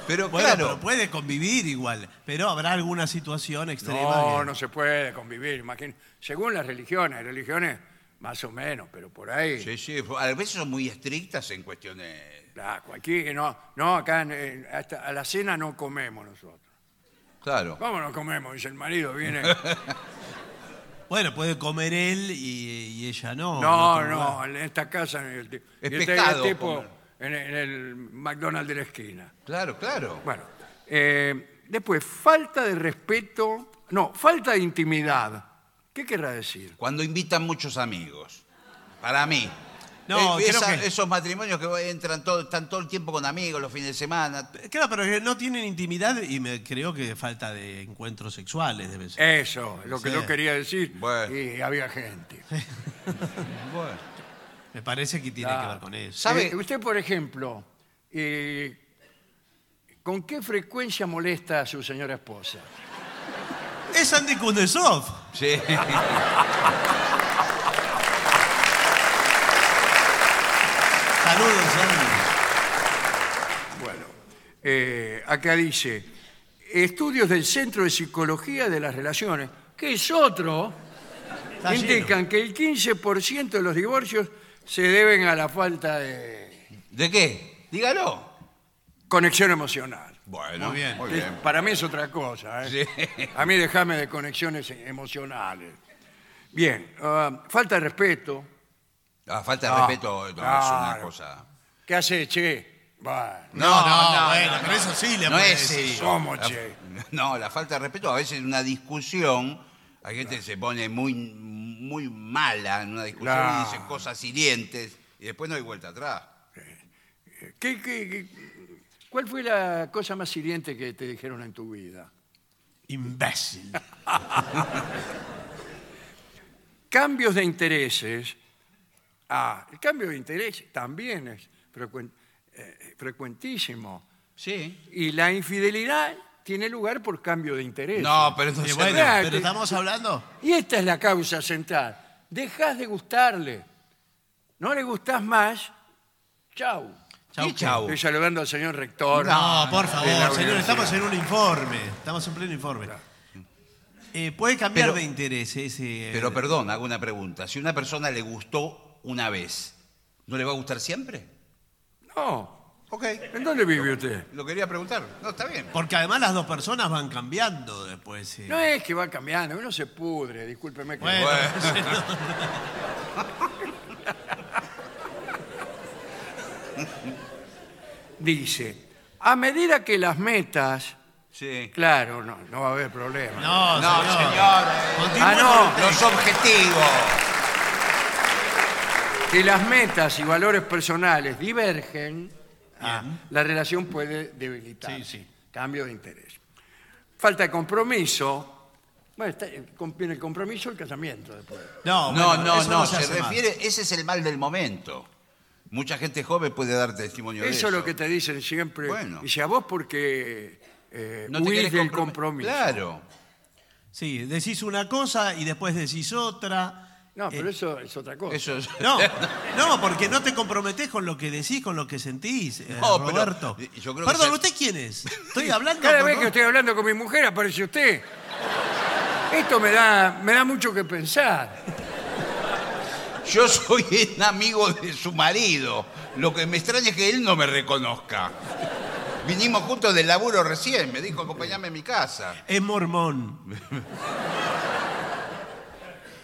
Speaker 3: Pero
Speaker 2: Bueno,
Speaker 3: claro,
Speaker 2: pero puede convivir igual. Pero habrá alguna situación extrema.
Speaker 1: No,
Speaker 2: que-
Speaker 1: no se puede convivir, imagínate. Según las religiones, hay religiones más o menos, pero por ahí.
Speaker 3: Sí, sí, a veces son muy estrictas en cuestiones.
Speaker 1: la- aquí, no, no, acá en- en- hasta a la cena no comemos nosotros.
Speaker 3: Claro.
Speaker 1: ¿Cómo no comemos? Dice el marido, viene.
Speaker 2: Bueno, puede comer él y, y ella no.
Speaker 1: No,
Speaker 2: en otro lugar.
Speaker 1: no, en esta casa. el ti-
Speaker 3: Es
Speaker 1: y este-
Speaker 3: pecado
Speaker 1: el tipo
Speaker 3: comer.
Speaker 1: en, en el McDonald's de la esquina.
Speaker 3: Claro, claro.
Speaker 1: Bueno, eh, después, falta de respeto, no, falta de intimidad. ¿Qué querrá decir?
Speaker 3: Cuando invitan muchos amigos. Para mí.
Speaker 2: No,
Speaker 3: Eh,
Speaker 2: creo
Speaker 3: esa-
Speaker 2: que-
Speaker 3: Esos matrimonios que entran todo, están todo el tiempo con amigos los fines de semana.
Speaker 2: Claro, pero que no tienen intimidad y me creo que falta de encuentros sexuales debe ser.
Speaker 1: Eso, lo que
Speaker 2: Sí.
Speaker 1: yo quería decir.
Speaker 3: Bueno.
Speaker 1: Y había gente.
Speaker 2: Me parece que tiene
Speaker 1: Ah.
Speaker 2: que ver con eso.
Speaker 3: ¿Sabe?
Speaker 1: Eh, usted, por ejemplo, eh, ¿con qué frecuencia molesta a su señora esposa?
Speaker 2: Es Andy Kundesov.
Speaker 3: Sí.
Speaker 2: Saludos, Andy.
Speaker 1: Bueno, eh, acá dice, estudios del Centro de Psicología de las Relaciones, que es otro,
Speaker 2: Está lleno.
Speaker 1: indican que el 15% de los divorcios se deben a la falta de
Speaker 3: ¿De qué? Dígalo.
Speaker 1: conexión emocional.
Speaker 3: Bueno,
Speaker 2: Muy bien.
Speaker 1: Que Para mí es otra cosa. ¿eh?
Speaker 3: Sí.
Speaker 1: A mí dejame de conexiones emocionales. Bien, ah, falta de respeto.
Speaker 3: La Ah, falta de
Speaker 1: No,
Speaker 3: respeto no, es una
Speaker 1: claro.
Speaker 3: cosa.
Speaker 1: ¿Qué hace, che? Bueno.
Speaker 2: No, no, bueno, pero eso sí le
Speaker 3: no
Speaker 2: puede
Speaker 3: es
Speaker 2: decir.
Speaker 3: eso.
Speaker 1: Somos,
Speaker 3: La-
Speaker 1: che.
Speaker 3: no, la falta de respeto a veces en una discusión, hay gente que se pone muy, muy mala en una discusión
Speaker 1: Claro.
Speaker 3: y dice cosas hirientes y después no hay vuelta atrás.
Speaker 1: ¿Qué- qué- qué- cuál fue la cosa más hiriente que te dijeron en tu vida?
Speaker 2: Imbécil.
Speaker 1: Cambios de intereses. Ah, el cambio de intereses también es frecuen- eh, frecuentísimo.
Speaker 3: Sí.
Speaker 1: Y la infidelidad tiene lugar por cambio de intereses.
Speaker 3: No, pero no
Speaker 2: Y
Speaker 3: se
Speaker 2: bueno,
Speaker 3: ve.
Speaker 1: verdad,
Speaker 2: pero
Speaker 1: que-
Speaker 2: estamos hablando.
Speaker 1: Y esta es la causa central. Dejas de gustarle. No le gustás más. Chau.
Speaker 2: Chau,
Speaker 3: ¿Qué chau?
Speaker 1: Estoy saludando al señor rector.
Speaker 2: No, por
Speaker 1: de la
Speaker 2: favor, señor,
Speaker 1: universidad.
Speaker 2: estamos en un informe. Estamos en pleno informe. Eh, puede cambiar
Speaker 3: Pero-
Speaker 2: de interés ese. eh,
Speaker 3: Pero perdón, hago una pregunta. Si una persona le gustó una vez, ¿no le va a gustar siempre?
Speaker 1: No.
Speaker 3: Ok.
Speaker 1: ¿En dónde vive usted?
Speaker 3: Lo quería preguntar. No, está bien.
Speaker 2: Porque además las dos personas van cambiando después. eh.
Speaker 1: No es que va cambiando, uno se pudre, discúlpeme. Que
Speaker 2: Bueno,
Speaker 3: Bueno.
Speaker 1: Dice, a medida que las metas,
Speaker 3: Sí.
Speaker 1: claro, no, no va a haber problema.
Speaker 2: No,
Speaker 3: No,
Speaker 2: señor.
Speaker 3: señor.
Speaker 2: Continúe
Speaker 1: Ah, no.
Speaker 2: con el
Speaker 3: Los objetivos.
Speaker 1: Si las metas y valores personales divergen, ah, la relación puede debilitar.
Speaker 2: Sí, sí.
Speaker 1: Cambio de interés. Falta de compromiso. Bueno, está- con- viene el compromiso el casamiento después.
Speaker 2: No,
Speaker 3: No,
Speaker 2: bueno,
Speaker 3: no,
Speaker 2: eso
Speaker 3: no,
Speaker 2: se
Speaker 3: se,
Speaker 2: hace más.
Speaker 3: refiere, ese es el mal del momento. Mucha gente joven puede dar testimonio de
Speaker 1: Eso
Speaker 3: eso.
Speaker 1: es lo que te dicen siempre.
Speaker 3: Bueno.
Speaker 1: Dice a vos porque eh,
Speaker 3: No te
Speaker 1: huís
Speaker 3: querés
Speaker 1: del
Speaker 3: compromet-
Speaker 1: compromiso.
Speaker 3: Claro.
Speaker 2: Sí, decís una cosa y después decís otra.
Speaker 1: No, pero
Speaker 2: Eh,
Speaker 1: eso es otra cosa.
Speaker 3: Eso es-
Speaker 2: No, no, porque no te comprometés con lo que decís, con lo que sentís, eh,
Speaker 3: No, pero
Speaker 2: Roberto.
Speaker 3: yo creo que
Speaker 2: Perdón,
Speaker 3: se-
Speaker 2: ¿usted quién es? Estoy hablando
Speaker 1: Cada
Speaker 2: con
Speaker 1: vez que
Speaker 2: vos.
Speaker 1: estoy hablando con mi mujer aparece usted. Esto me da, me da mucho que pensar.
Speaker 3: Yo soy un amigo de su marido. Lo que me extraña es que él no me reconozca. Vinimos juntos del laburo recién. Me dijo, acompáñame a mi casa.
Speaker 2: Es mormón.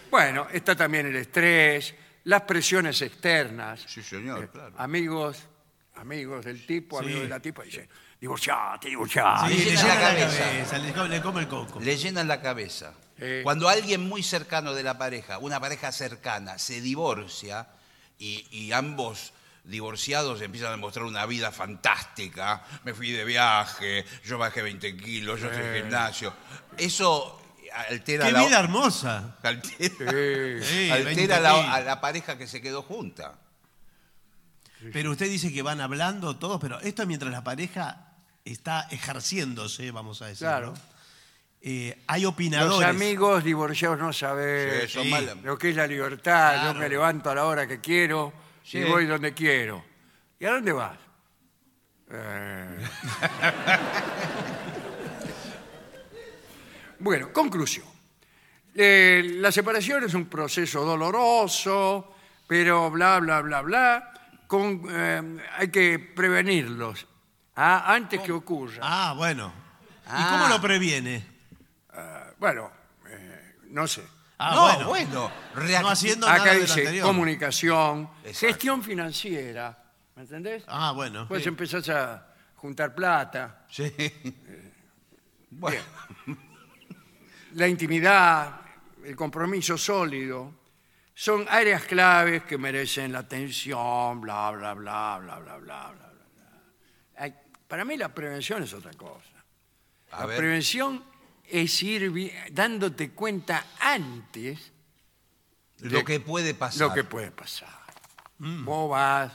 Speaker 1: Bueno, está también el estrés, las presiones externas.
Speaker 3: Sí, señor,
Speaker 1: Eh,
Speaker 3: claro.
Speaker 1: amigos, amigos del tipo,
Speaker 2: Sí.
Speaker 1: amigos de la tipa, dicen, divorciate, divorciate.
Speaker 2: Sí,
Speaker 3: le
Speaker 2: le
Speaker 3: llena
Speaker 2: llena
Speaker 3: la
Speaker 2: la
Speaker 3: cabeza.
Speaker 2: cabeza, le come, le come el coco.
Speaker 3: Le llenan la cabeza.
Speaker 1: Sí.
Speaker 3: Cuando alguien muy cercano de la pareja, una pareja cercana, se divorcia y, y ambos divorciados empiezan a mostrar una vida fantástica. Me fui de viaje, yo bajé 20 kilos, yo hice gimnasio. Eso altera
Speaker 2: ¡Qué
Speaker 3: la...
Speaker 2: vida hermosa!
Speaker 3: altera-
Speaker 1: Sí.
Speaker 2: Sí,
Speaker 3: altera
Speaker 2: 20
Speaker 3: la,
Speaker 2: kilos.
Speaker 3: a la pareja que se quedó junta.
Speaker 2: Pero usted dice que van hablando todos, pero esto es mientras la pareja está ejerciéndose, vamos a decir.
Speaker 1: Claro.
Speaker 2: ¿no? Eh, hay
Speaker 1: Los
Speaker 2: opinadores.
Speaker 1: amigos divorciados no saben
Speaker 3: Sí, son malas.
Speaker 1: lo que es la libertad. Yo
Speaker 2: Claro.
Speaker 1: me levanto a la hora que quiero
Speaker 3: Sí.
Speaker 1: y voy donde quiero. ¿Y a dónde vas? Eh. bueno, conclusión. Eh, la separación es un proceso doloroso, pero bla, bla, bla, bla. Con, eh, hay que prevenirlos ah, antes que ocurra.
Speaker 2: Ah, bueno. ¿Y
Speaker 3: Ah.
Speaker 2: cómo lo previene?
Speaker 1: Bueno, eh, no sé.
Speaker 2: Ah,
Speaker 3: no, bueno, reac-
Speaker 2: No haciendo
Speaker 1: Acá
Speaker 2: nada de lo
Speaker 1: dice
Speaker 2: anterior.
Speaker 1: comunicación,
Speaker 3: Exacto.
Speaker 1: gestión financiera. ¿Me entendés?
Speaker 2: Ah, bueno.
Speaker 1: Después empezás a juntar plata,
Speaker 3: Sí. Bueno,
Speaker 1: la intimidad, el compromiso sólido. Son áreas claves que merecen la atención, bla, bla, bla, bla, bla, bla, bla, bla. bla. Ay, Para mí la prevención es otra cosa.
Speaker 3: a
Speaker 1: la
Speaker 3: ver.
Speaker 1: prevención es ir vi- dándote cuenta antes
Speaker 3: lo que puede pasar.
Speaker 1: lo que puede pasar.
Speaker 3: Mm.
Speaker 1: Vos vas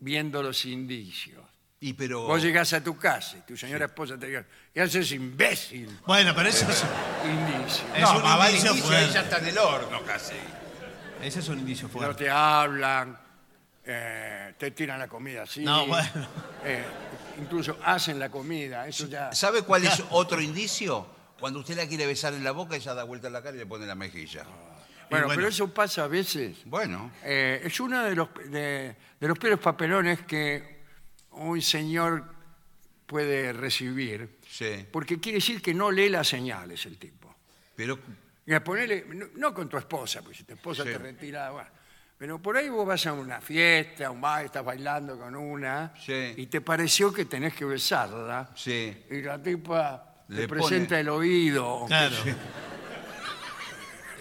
Speaker 1: viendo los indicios.
Speaker 3: Y pero...
Speaker 1: Vos llegás a tu casa y tu señora esposa te diga, ¿qué haces imbécil?
Speaker 2: Bueno, pero eso es,
Speaker 1: Indicio.
Speaker 2: Es
Speaker 3: no,
Speaker 2: un
Speaker 3: más vale
Speaker 2: indicio
Speaker 3: indicio, ahí
Speaker 2: fuerte.
Speaker 3: ya está en el horno casi.
Speaker 2: ese es un indicio
Speaker 1: No
Speaker 2: fuerte.
Speaker 1: te hablan, eh, te tiran la comida así.
Speaker 2: No, bueno.
Speaker 1: eh, incluso hacen la comida, eso ya...
Speaker 3: ¿Sabe cuál es otro indicio? Cuando usted la quiere besar en la boca, ella da vuelta la cara y le pone la mejilla.
Speaker 1: Bueno,
Speaker 2: bueno.
Speaker 1: pero eso pasa a veces.
Speaker 3: Bueno,
Speaker 1: Eh, es uno de los, de, de los peores papelones que un señor puede recibir,
Speaker 3: sí.
Speaker 1: porque quiere decir que no lee las señales el tipo.
Speaker 3: Pero
Speaker 1: Mira, ponele, no, no con tu esposa, porque si tu esposa
Speaker 3: Sí.
Speaker 1: te retira, bueno. pero por ahí vos vas a una fiesta, a un bar, estás bailando con una,
Speaker 3: Sí.
Speaker 1: y te pareció que tenés que besarla,
Speaker 3: Sí.
Speaker 1: y la tipa
Speaker 3: Le
Speaker 1: te presenta
Speaker 3: pone-
Speaker 1: el oído.
Speaker 2: Claro.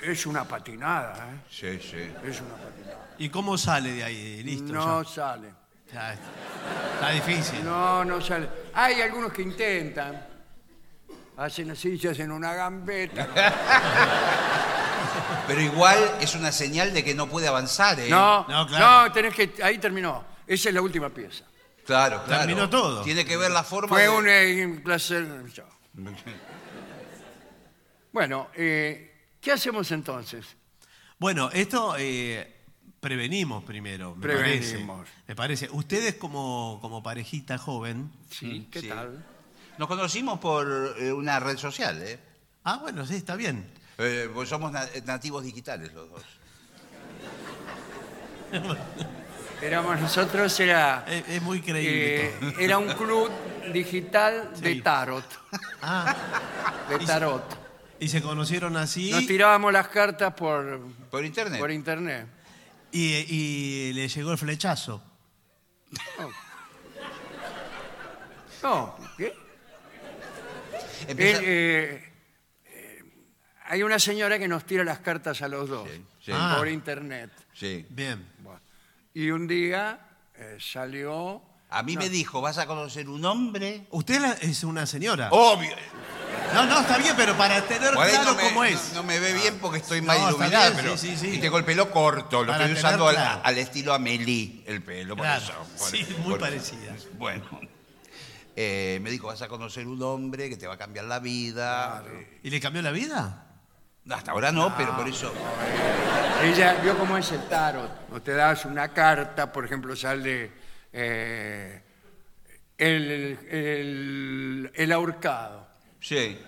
Speaker 1: Es una patinada, ¿eh?
Speaker 3: sí, sí.
Speaker 1: Es una patinada.
Speaker 2: ¿Y cómo sale de ahí? Listo.
Speaker 1: no sale.
Speaker 2: ya. Ya está. Está difícil.
Speaker 1: No, no sale. Hay algunos que intentan. Hacen así, se hacen una gambeta.
Speaker 3: Pero igual es una señal de que no puede avanzar, ¿eh?
Speaker 1: No,
Speaker 2: No,
Speaker 1: no,
Speaker 2: claro.
Speaker 1: tenés que. Ahí terminó. Esa es la última pieza.
Speaker 3: Claro, claro.
Speaker 2: Terminó todo.
Speaker 3: Tiene que ver la forma
Speaker 1: Fue
Speaker 3: de-
Speaker 1: un, eh, un placer. Chao. Bueno, eh, ¿qué hacemos entonces?
Speaker 2: Bueno, esto eh, prevenimos primero. Me
Speaker 1: Prevenimos.
Speaker 2: Parece, me parece. Ustedes como, como parejita joven.
Speaker 1: Sí, Mm, ¿qué
Speaker 3: sí.
Speaker 1: tal?
Speaker 3: Nos conocimos por eh, una red social, ¿eh?
Speaker 2: Ah, bueno, sí, está bien.
Speaker 3: Eh, pues somos na- nativos digitales los dos.
Speaker 1: Éramos nosotros, era,
Speaker 2: Es, es muy creíble.
Speaker 1: eh,
Speaker 2: todo.
Speaker 1: era un club digital de
Speaker 2: Sí.
Speaker 1: tarot.
Speaker 2: Ah,
Speaker 1: De tarot.
Speaker 2: y se conocieron así.
Speaker 1: Nos tirábamos las cartas por,
Speaker 3: Por internet.
Speaker 1: por internet.
Speaker 2: Y, y le llegó el flechazo.
Speaker 1: No, ¿qué?
Speaker 3: Empieza-
Speaker 1: Eh, eh, eh, hay una señora que nos tira las cartas a los dos
Speaker 3: sí.
Speaker 2: Ah.
Speaker 1: por internet.
Speaker 3: Sí.
Speaker 2: Bien.
Speaker 1: Bueno, Y un día eh, salió...
Speaker 3: A mí
Speaker 1: no,
Speaker 3: me dijo, ¿vas a conocer un hombre?
Speaker 2: Usted la- es una señora.
Speaker 3: Obvio.
Speaker 2: No, no, está bien, pero para tener
Speaker 3: Oh. Por ahí
Speaker 2: claro
Speaker 3: no me,
Speaker 2: cómo
Speaker 3: no-
Speaker 2: es.
Speaker 3: No, me ve bien porque estoy mal
Speaker 2: No, está
Speaker 3: iluminado,
Speaker 2: bien,
Speaker 3: pero.
Speaker 2: sí, sí, sí.
Speaker 3: Y tengo el pelo corto, lo
Speaker 2: Para
Speaker 3: estoy
Speaker 2: tener
Speaker 3: usando al,
Speaker 2: claro.
Speaker 3: al estilo Amélie, el pelo, por
Speaker 2: Claro,
Speaker 3: eso, por-
Speaker 2: sí, muy
Speaker 3: por-
Speaker 2: parecida.
Speaker 3: Bueno. Eh, me dijo, vas a conocer un hombre que te va a cambiar la vida. Eh,
Speaker 2: ¿Y le cambió la vida?
Speaker 3: hasta ahora no, pero por eso.
Speaker 1: Ella vio cómo es el tarot. O te das una carta, por ejemplo, sale eh, el, el- el ahorcado.
Speaker 3: Sí,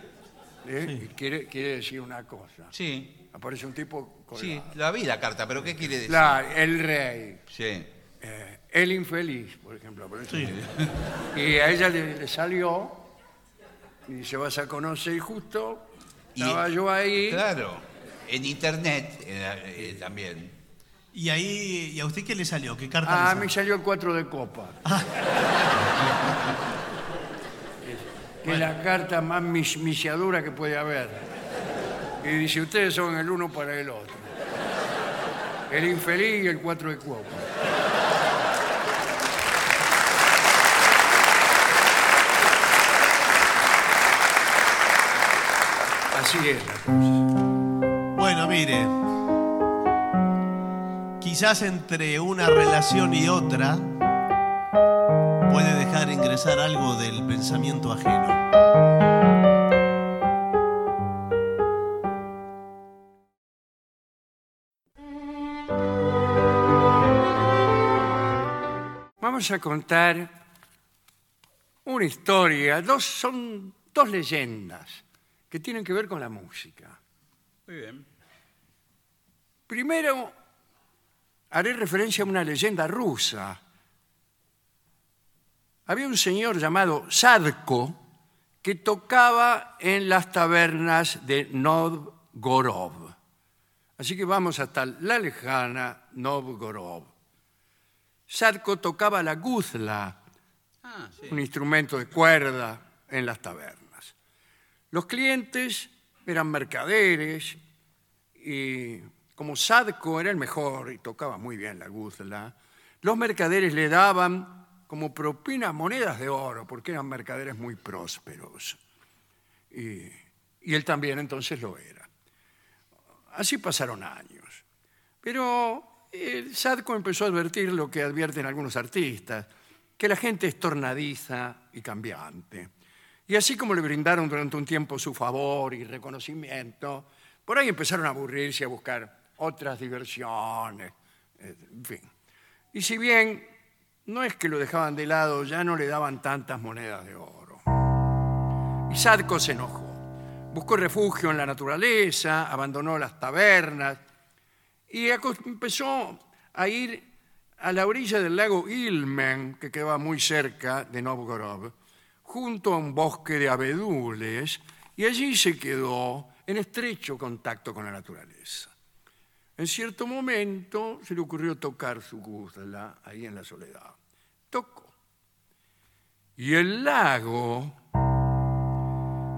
Speaker 1: ¿eh? Y quiere, quiere decir una cosa.
Speaker 3: sí,
Speaker 1: Aparece un tipo colgado.
Speaker 3: sí. La vi la carta, pero ¿qué quiere decir?
Speaker 1: La- el rey,
Speaker 3: Sí.
Speaker 1: eh, el infeliz, por ejemplo. aparece un tipo. Y a ella le, le salió y se vas a conocer y justo
Speaker 3: Y-
Speaker 1: estaba yo ahí.
Speaker 3: Claro. En internet eh, eh, también.
Speaker 2: ¿Y ahí, y a usted qué le salió? ¿Qué carta
Speaker 1: Ah, me
Speaker 2: le salió?
Speaker 1: salió el cuatro de copa. que es la carta más mis- misiadura que puede haber. Y dice, ustedes son el uno para el otro. El infeliz y el cuatro de copa. Así es la cosa.
Speaker 2: Bueno, mire. Quizás entre una relación y otra puede dejar ingresar algo del pensamiento ajeno.
Speaker 1: Vamos a contar una historia, dos, son dos leyendas que tienen que ver con la música.
Speaker 3: Muy bien.
Speaker 1: Primero, haré referencia a una leyenda rusa. Había un señor llamado Sadko que tocaba en las tabernas de Novgorod. Así que vamos hasta la lejana Novgorod. Sadko tocaba la guzla,
Speaker 3: Ah, sí.
Speaker 1: un instrumento de cuerda en las tabernas. Los clientes eran mercaderes y como Sadko era el mejor y tocaba muy bien la guzla, los mercaderes le daban como propina monedas de oro porque eran mercaderes muy prósperos. Y, y él también entonces lo era. Así pasaron años. Pero el Sadko empezó a advertir lo que advierten algunos artistas, que la gente es tornadiza y cambiante. Y así como le brindaron durante un tiempo su favor y reconocimiento, por ahí empezaron a aburrirse, a buscar otras diversiones, eh, en fin. Y si bien no es que lo dejaban de lado, ya no le daban tantas monedas de oro. Y Sadko se enojó. Buscó refugio en la naturaleza, abandonó las tabernas, y aco- empezó a ir a la orilla del lago Ilmen, que quedaba muy cerca de Novgorod, junto a un bosque de abedules, y allí se quedó en estrecho contacto con la naturaleza. En cierto momento se le ocurrió tocar su guzla ahí en la soledad. Tocó. Y el lago,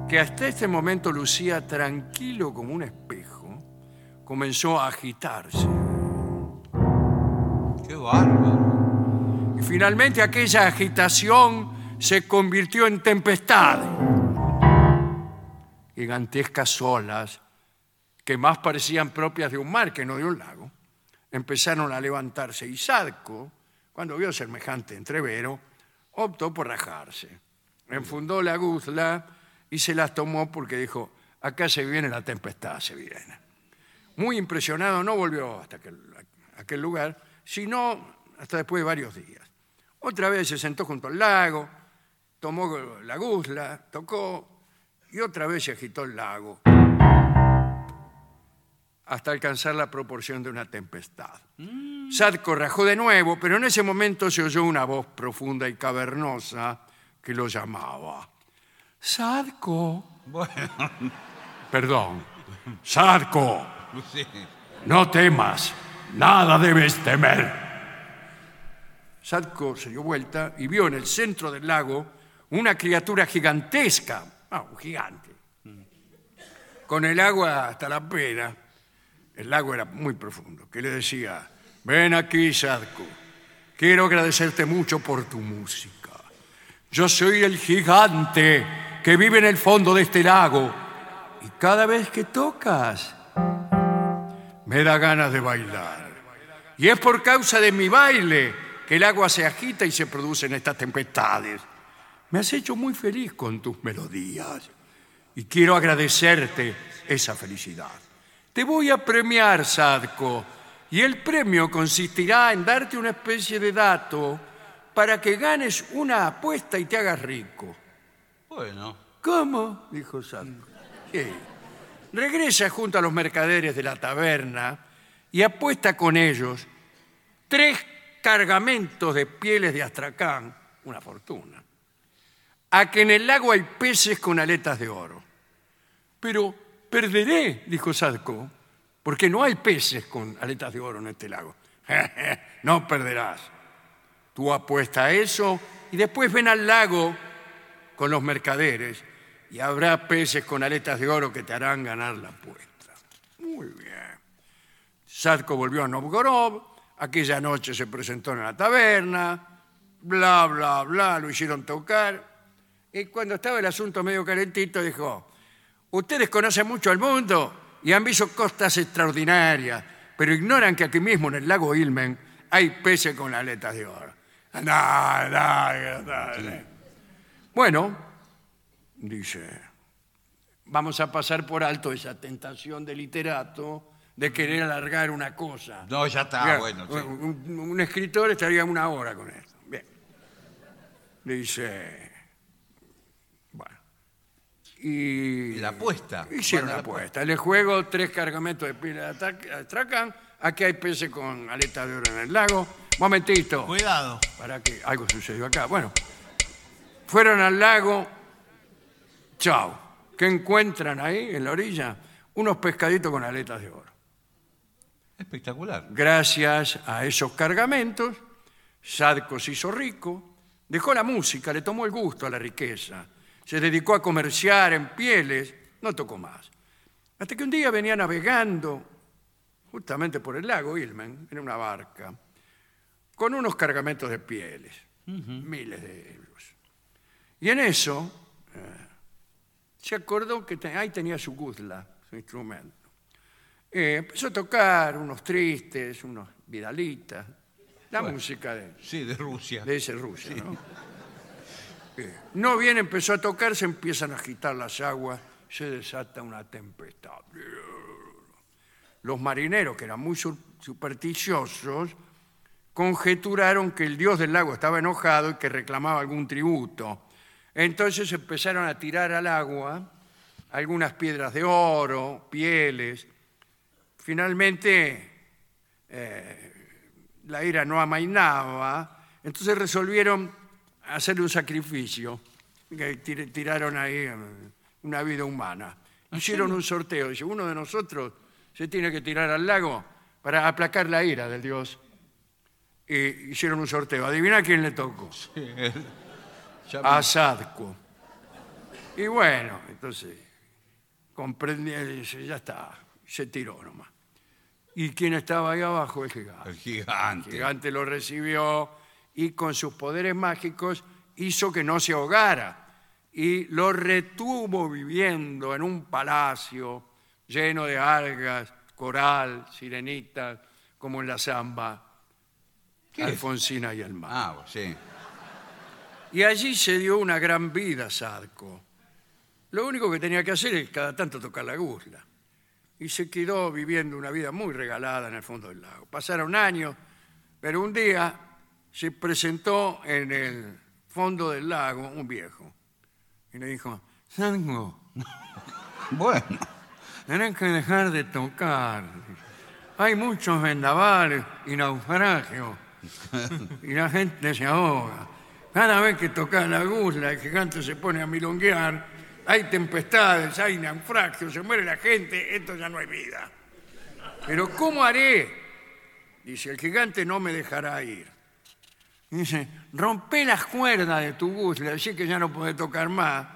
Speaker 1: que hasta este momento lucía tranquilo como un espejo, comenzó a agitarse.
Speaker 3: Qué bárbaro.
Speaker 1: Y finalmente aquella agitación se convirtió en tempestad. Gigantescas olas, que más parecían propias de un mar que no de un lago, empezaron a levantarse. Y Sadko, cuando vio semejante entrevero, optó por rajarse. Enfundó la guzla y se las tomó porque dijo, acá se viene la tempestad, se viene muy impresionado, no volvió hasta aquel, aquel lugar, sino hasta después de varios días. Otra vez se sentó junto al lago, tomó la guzla, tocó y otra vez se agitó el lago hasta alcanzar la proporción de una tempestad. Sadko rajó de nuevo, pero en ese momento se oyó una voz profunda y cavernosa que lo llamaba. Sadko. Perdón. Sadko. No temas, nada debes temer. Sadko se dio vuelta y vio en el centro del lago una criatura gigantesca, ah, un gigante, con el agua hasta la pena. El lago era muy profundo, que le decía, ven aquí, Sadko, quiero agradecerte mucho por tu música. Yo soy el gigante que vive en el fondo de este lago y cada vez que tocas me da ganas de bailar. Y es por causa de mi baile que el agua se agita y se producen estas tempestades. Me has hecho muy feliz con tus melodías y quiero agradecerte esa felicidad. Te voy a premiar, Sadko, y el premio consistirá en darte una especie de dato para que ganes una apuesta y te hagas rico.
Speaker 3: Bueno,
Speaker 1: ¿Cómo? dijo Sadko. Sí. Regresa junto a los mercaderes de la taberna y apuesta con ellos tres cargamentos de pieles de astracán, una fortuna, a que en el lago hay peces con aletas de oro. Pero perderé, dijo Sadko, porque no hay peces con aletas de oro en este lago. no perderás. Tú apuesta a eso y después ven al lago con los mercaderes y habrá peces con aletas de oro que te harán ganar la apuesta. Muy bien. Sadko volvió a Novgorod, aquella noche se presentó en la taberna, bla, bla, bla, lo hicieron tocar. Y cuando estaba el asunto medio calentito, dijo, ustedes conocen mucho al mundo y han visto costas extraordinarias, pero ignoran que aquí mismo en el lago Ilmen hay peces con aletas de oro. Andá, andá, andá, andá. Bueno, dice, vamos a pasar por alto esa tentación de literato de querer alargar una cosa.
Speaker 3: Mm. no, ya está,
Speaker 1: Bien,
Speaker 3: bueno. sí.
Speaker 1: un, un- un escritor estaría una hora con esto. Bien. Dice, bueno, y...
Speaker 3: La apuesta.
Speaker 1: Hicieron
Speaker 3: Bueno,
Speaker 1: la apuesta. Le juego tres cargamentos de pila de atac- atracan. Aquí hay peces con aleta de oro en el lago. Momentito
Speaker 2: Cuidado.
Speaker 1: para que algo sucedió acá. Bueno, fueron al lago, chao. ¿Qué encuentran ahí en la orilla? Unos pescaditos con aletas de oro.
Speaker 3: Espectacular.
Speaker 1: Gracias a esos cargamentos, Sadko se hizo rico, dejó la música, le tomó el gusto a la riqueza, se dedicó a comerciar en pieles, no tocó más. Hasta que un día venía navegando justamente por el lago Ilmen, en una barca, con unos cargamentos de pieles, miles de euros. Y en eso eh, se acordó que te- ahí tenía su guzla, su instrumento. Eh, empezó a tocar unos tristes, unos vidalitas, la música de,
Speaker 3: Sí, de Rusia.
Speaker 1: de ese Rusia. ¿no? Eh, no bien empezó a tocar, se empiezan a agitar las aguas, se desata una tempestad. Los marineros, que eran muy sur- supersticiosos, conjeturaron que el dios del lago estaba enojado y que reclamaba algún tributo. Entonces empezaron a tirar al agua algunas piedras de oro, pieles. Finalmente la ira no amainaba, entonces resolvieron hacer un sacrificio. que tir- Tiraron ahí eh, una vida humana. Hicieron un sorteo. Dice, uno de nosotros se tiene que tirar al lago para aplacar la ira del dios. Y hicieron un sorteo. Adivina quién le tocó.
Speaker 3: Ya-
Speaker 1: A Sadko. Y bueno, entonces, comprendí, eh, dice, ya está, se tiró nomás. Y quien estaba ahí abajo es gigante.
Speaker 3: El gigante.
Speaker 1: El gigante lo recibió y con sus poderes mágicos hizo que no se ahogara. Y lo retuvo viviendo en un palacio lleno de algas, coral, sirenitas, como en la samba, Alfonsina y el mar.
Speaker 3: Ah, bueno, sí.
Speaker 1: Y allí se dio una gran vida Sadko. Lo único que tenía que hacer es cada tanto tocar la gusla. Y se quedó viviendo una vida muy regalada en el fondo del lago. Pasaron años, pero un día se presentó en el fondo del lago un viejo. Y le dijo, Sadko,
Speaker 3: Bueno,
Speaker 1: tenés que dejar de tocar. Hay muchos vendavales y naufragios. Y la gente se ahoga. Cada vez que toca la gusla, el gigante se pone a milonguear. Hay tempestades, hay naufragios, se muere la gente, esto ya no hay vida. Pero ¿cómo haré? Dice, el gigante no me dejará ir. Y dice, rompé las cuerdas de tu bus, le decía que ya no podés tocar más.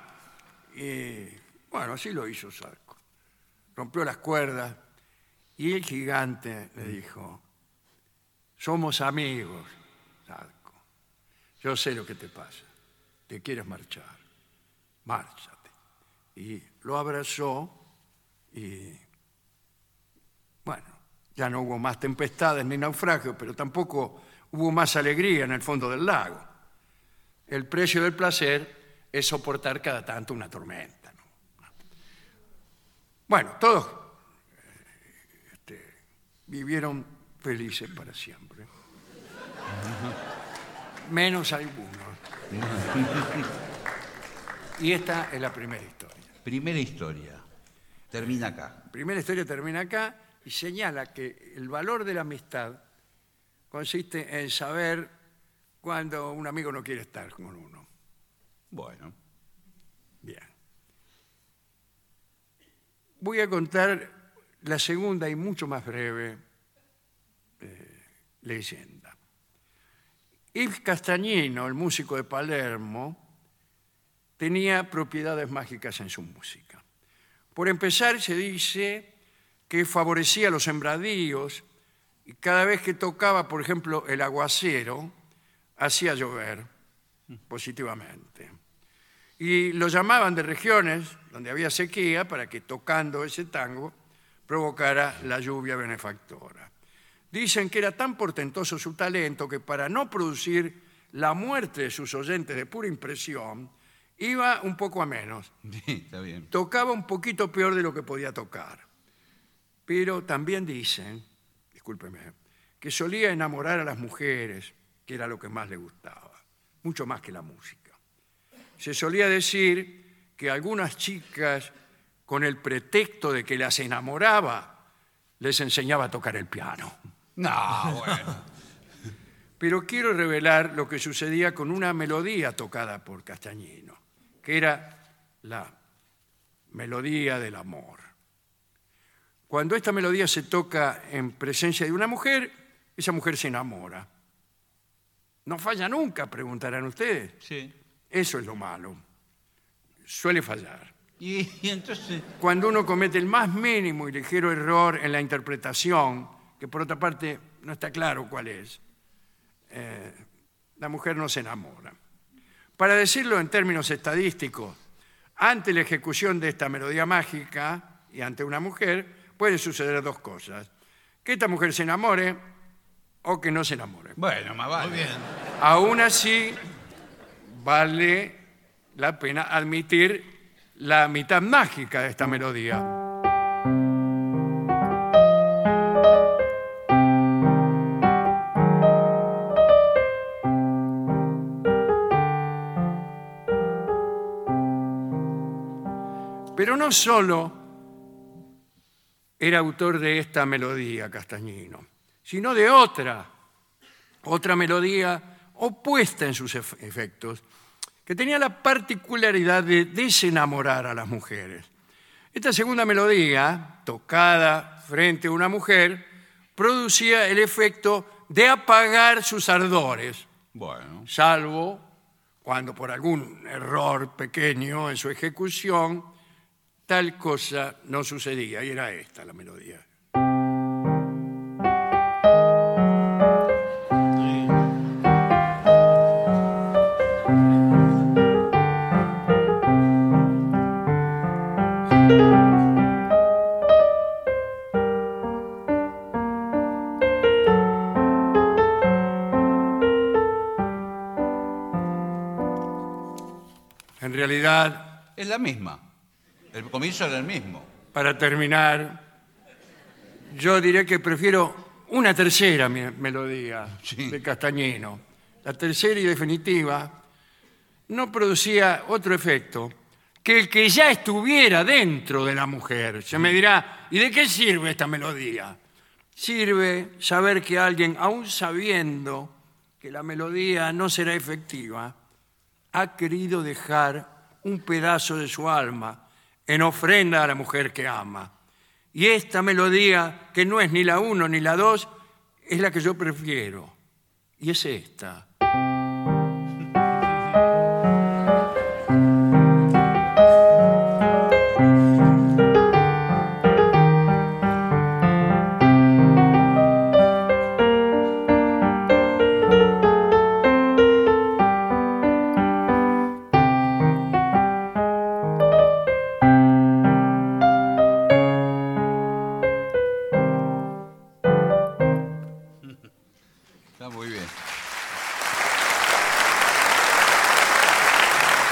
Speaker 1: Y, bueno, así lo hizo Sarko. Rompió las cuerdas y el gigante le dijo, somos amigos, Sarko. Yo sé lo que te pasa. Te quieres marchar. Márchate. Y lo abrazó y, bueno, ya no hubo más tempestades ni naufragios, pero tampoco hubo más alegría en el fondo del lago. El precio del placer es soportar cada tanto una tormenta. ¿no? Bueno, todos eh, este, vivieron felices para siempre. Menos algunos. Y esta es la primera historia.
Speaker 3: Primera historia. Termina acá.
Speaker 1: La primera historia termina acá y señala que el valor de la amistad consiste en saber cuando un amigo no quiere estar con uno.
Speaker 3: Bueno.
Speaker 1: Bien. Voy a contar la segunda y mucho más breve eh, leyenda. Yves Castagnino, el músico de Palermo, tenía propiedades mágicas en su música. Por empezar, se dice que favorecía los sembradíos y cada vez que tocaba, por ejemplo, el aguacero, hacía llover positivamente. Y lo llamaban de regiones donde había sequía para que tocando ese tango provocara la lluvia benefactora. Dicen que era tan portentoso su talento que para no producir la muerte de sus oyentes de pura impresión, iba un poco a menos
Speaker 3: Sí, está bien.
Speaker 1: tocaba un poquito peor de lo que podía tocar. Pero también dicen, discúlpeme, que solía enamorar a las mujeres, que era lo que más le gustaba, mucho más que la música. Se solía decir que algunas chicas, con el pretexto de que las enamoraba, les enseñaba a tocar el piano.
Speaker 3: No, bueno.
Speaker 1: Pero quiero revelar lo que sucedía con una melodía tocada por Castañino, que era la melodía del amor. Cuando esta melodía se toca en presencia de una mujer, esa mujer se enamora. No falla nunca, preguntarán ustedes.
Speaker 3: Sí.
Speaker 1: Eso es lo malo. Suele fallar.
Speaker 3: Y, y entonces.
Speaker 1: Cuando uno comete el más mínimo y ligero error en la interpretación, que por otra parte no está claro cuál es, eh, la mujer no se enamora. Para decirlo en términos estadísticos, ante la ejecución de esta melodía mágica y ante una mujer, pueden suceder dos cosas. Que esta mujer se enamore o que no se enamore.
Speaker 3: Bueno, más vale.
Speaker 2: Muy bien.
Speaker 1: Aún así, vale la pena admitir la mitad mágica de esta melodía. Pero no solo era autor de esta melodía Castañino, sino de otra otra melodía opuesta en sus ef- efectos, que tenía la particularidad de desenamorar a las mujeres. Esta segunda melodía, tocada frente a una mujer, producía el efecto de apagar sus ardores,
Speaker 3: Bueno.
Speaker 1: salvo cuando por algún error pequeño en su ejecución tal cosa no sucedía, y era esta la melodía. En realidad,
Speaker 3: Es la misma. El comienzo era el mismo.
Speaker 1: para terminar, yo diré que prefiero una tercera me- melodía
Speaker 3: Sí.
Speaker 1: de Castañino. La tercera y definitiva no producía otro efecto que el que ya estuviera dentro de la mujer. Se me dirá, ¿y de qué sirve esta melodía? Sirve saber que alguien, aun sabiendo que la melodía no será efectiva, ha querido dejar un pedazo de su alma en ofrenda a la mujer que ama. Y esta melodía, que no es ni la uno ni la dos, es la que yo prefiero. Y es esta.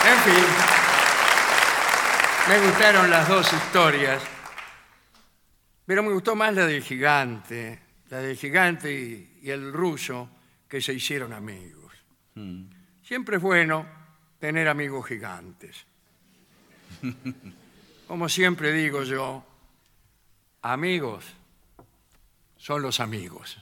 Speaker 1: En fin, me gustaron las dos historias, pero me gustó más la del gigante, la del gigante y, y el ruso que se hicieron amigos.
Speaker 2: Mm.
Speaker 1: Siempre es bueno tener amigos gigantes. Como siempre digo yo, amigos son los amigos.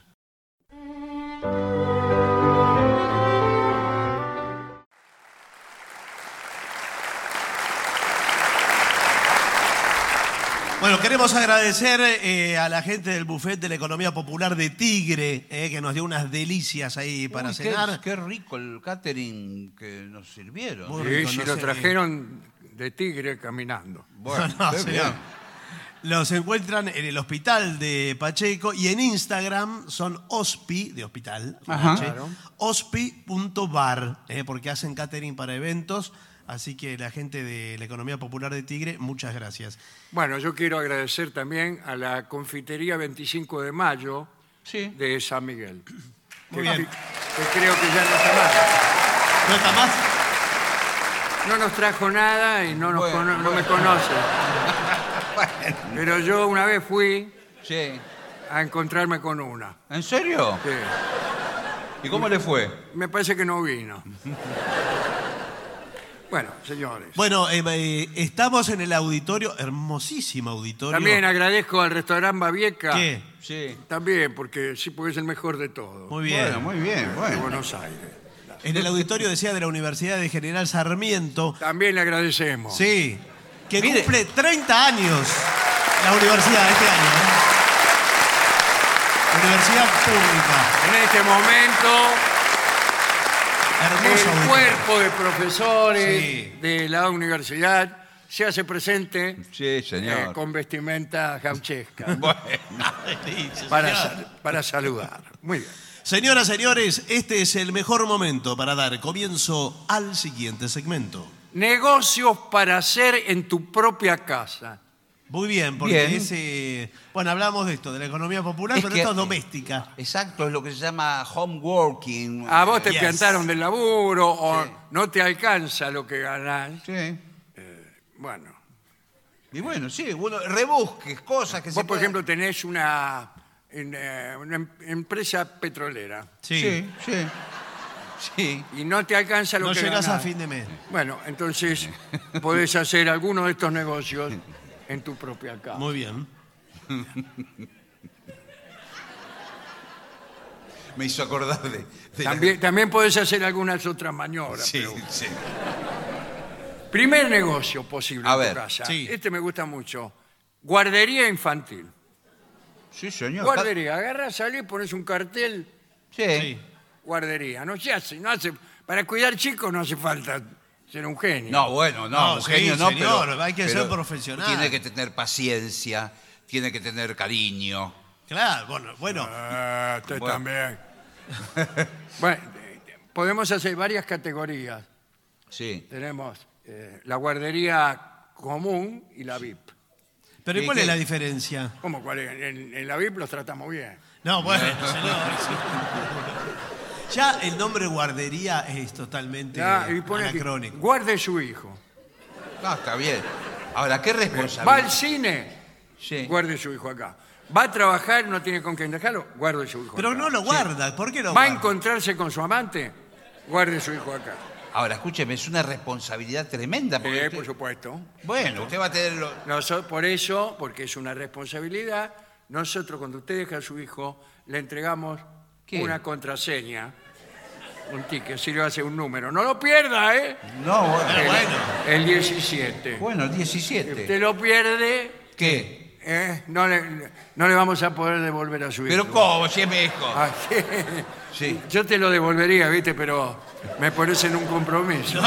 Speaker 2: Bueno, queremos agradecer eh, a la gente del Buffet de la Economía Popular de Tigre, eh, que nos dio unas delicias ahí para
Speaker 3: Uy, qué-
Speaker 2: cenar.
Speaker 3: Qué, rico el catering que nos sirvieron.
Speaker 2: Muy
Speaker 1: Y
Speaker 2: rico,
Speaker 1: si
Speaker 2: no
Speaker 1: lo
Speaker 2: sé.
Speaker 1: trajeron de tigre caminando.
Speaker 3: Bueno,
Speaker 2: No,
Speaker 3: qué
Speaker 2: señor.
Speaker 3: bien.
Speaker 2: Los encuentran en el hospital de Pacheco y en Instagram son ospi, de hospital, con
Speaker 3: Ajá.
Speaker 2: H,
Speaker 1: Claro.
Speaker 2: ospi.bar, eh, porque hacen catering para eventos. Así que la gente de la Economía Popular de Tigre, muchas gracias.
Speaker 1: Bueno, yo quiero agradecer también a la confitería 25 de mayo
Speaker 3: Sí.
Speaker 1: de San Miguel.
Speaker 2: Muy
Speaker 1: que,
Speaker 2: bien.
Speaker 1: que creo que ya no está más.
Speaker 2: ¿No está más?
Speaker 1: No nos trajo nada y no, nos
Speaker 3: Bueno,
Speaker 1: cono- no me
Speaker 3: bueno.
Speaker 1: conoce.
Speaker 3: Bueno,
Speaker 1: Pero yo una vez fui
Speaker 3: sí.
Speaker 1: a encontrarme con una.
Speaker 3: ¿En serio?
Speaker 1: que
Speaker 3: ¿Y cómo le fue?
Speaker 1: me parece que no vino. Bueno, señores.
Speaker 2: Bueno, eh, eh, estamos en el auditorio, hermosísimo auditorio.
Speaker 1: También agradezco al restaurante Babieca.
Speaker 2: ¿Qué?
Speaker 3: Sí.
Speaker 1: También, porque sí, porque es el mejor de todos.
Speaker 2: Muy bien.
Speaker 3: Bueno, muy bien,
Speaker 1: de
Speaker 3: bueno.
Speaker 1: Buenos Aires.
Speaker 2: En el auditorio, decía, de la Universidad de General Sarmiento.
Speaker 1: También le agradecemos.
Speaker 2: Sí, que
Speaker 3: Mire.
Speaker 2: cumple 30 años la universidad este año. ¿eh? Universidad Pública,
Speaker 1: En este momento,
Speaker 2: hermoso.
Speaker 1: el
Speaker 2: auditorio.
Speaker 1: cuerpo de profesores
Speaker 2: Sí.
Speaker 1: de la universidad se hace presente
Speaker 3: Sí, señor.
Speaker 1: eh, con vestimenta gauchesca
Speaker 3: Bueno.
Speaker 1: para, sal- para saludar. Muy bien.
Speaker 2: Señoras, señores, este es el mejor momento para dar comienzo al siguiente segmento.
Speaker 1: Negocios para hacer en tu propia casa.
Speaker 2: Muy bien, porque
Speaker 3: Bien.
Speaker 2: ese. Bueno, hablamos de esto, de la economía popular,
Speaker 3: Es
Speaker 2: pero
Speaker 3: que- eh,
Speaker 2: esto es doméstica.
Speaker 3: Exacto, es lo que se llama home working.
Speaker 1: A Ah, vos te
Speaker 2: Yes.
Speaker 1: piantaron del laburo o
Speaker 3: Sí.
Speaker 1: no te alcanza lo que ganás.
Speaker 3: Sí.
Speaker 1: Bueno,
Speaker 3: Y bueno, sí, uno rebusques cosas que se
Speaker 1: vos, por
Speaker 3: puedan-
Speaker 1: ejemplo, tenés una, en, eh, una em- empresa petrolera
Speaker 2: Sí.
Speaker 3: sí. Sí. Sí.
Speaker 1: y no te alcanza lo
Speaker 2: No
Speaker 1: que
Speaker 2: llegas a
Speaker 1: ganás.
Speaker 2: fin de mes.
Speaker 1: Bueno, entonces podés hacer alguno de estos negocios en tu propia casa.
Speaker 2: Muy bien.
Speaker 3: Me hizo acordar de. de la-
Speaker 1: También, también podés hacer algunas otras maniobras.
Speaker 3: Sí,
Speaker 1: pero-
Speaker 3: sí.
Speaker 1: Primer negocio posible
Speaker 3: A
Speaker 1: en tu
Speaker 3: ver,
Speaker 1: casa.
Speaker 2: sí.
Speaker 1: Este me gusta mucho. Guardería infantil.
Speaker 3: Sí, señor.
Speaker 1: Guardería. Agarrás, salís, pones un cartel,
Speaker 3: Sí.
Speaker 2: Sí.
Speaker 1: guardería. No se hace, no hace. Para cuidar chicos no hace falta ser un genio.
Speaker 3: No, bueno, no,
Speaker 2: No,
Speaker 3: un
Speaker 2: sí,
Speaker 3: genio no,
Speaker 2: señor,
Speaker 3: pero-
Speaker 2: hay que
Speaker 3: pero
Speaker 2: ser profesional.
Speaker 3: Tiene que tener paciencia, tiene que tener cariño.
Speaker 2: Claro, bueno, bueno.
Speaker 1: Ah, usted
Speaker 3: Bueno.
Speaker 1: también. bueno, eh, podemos hacer varias categorías.
Speaker 3: Sí.
Speaker 1: Tenemos eh, la guardería común y la VIP.
Speaker 2: Pero ¿y
Speaker 3: ¿Y
Speaker 2: cuál
Speaker 3: qué?
Speaker 2: es la diferencia?
Speaker 1: ¿Cómo cuál es? En, en la VIP los tratamos bien.
Speaker 2: No, bueno, señor. Ya el nombre guardería es totalmente
Speaker 1: Ya, Ah, y pone aquí,
Speaker 2: anacrónico.
Speaker 1: guarde su hijo.
Speaker 3: No, está bien. Ahora, ¿qué
Speaker 1: Va al
Speaker 3: responsabilidad?
Speaker 1: cine,
Speaker 3: Sí.
Speaker 1: guarde su hijo acá. Va a trabajar, no tiene con quién dejarlo, guarde su hijo
Speaker 2: Pero
Speaker 1: acá.
Speaker 2: no lo guarda, ¿por qué lo
Speaker 1: Va a
Speaker 2: guarda?
Speaker 1: encontrarse con su amante, guarde su hijo acá.
Speaker 3: Ahora, escúcheme, es una responsabilidad tremenda. Porque
Speaker 1: Eh,
Speaker 2: este
Speaker 3: usted-
Speaker 1: por supuesto.
Speaker 3: Bueno, usted va a tener... lo-
Speaker 1: Noso- por eso, porque es una responsabilidad, nosotros cuando usted deja a su hijo, le entregamos
Speaker 3: ¿Qué?
Speaker 1: una contraseña, un ticket, si le hace un número. No lo pierda, ¿eh?
Speaker 3: No, bueno.
Speaker 2: Pero
Speaker 3: Bueno,
Speaker 2: bueno,
Speaker 1: El 17.
Speaker 3: bueno, 17.
Speaker 1: Usted lo pierde,
Speaker 3: ¿Qué?
Speaker 1: ¿eh? no, le, no le vamos a poder devolver a su hijo.
Speaker 3: Pero ¿cómo? Si es mi hijo.
Speaker 1: Ah, sí.
Speaker 3: Sí.
Speaker 1: Yo te lo devolvería, ¿viste? Pero me pones en un compromiso.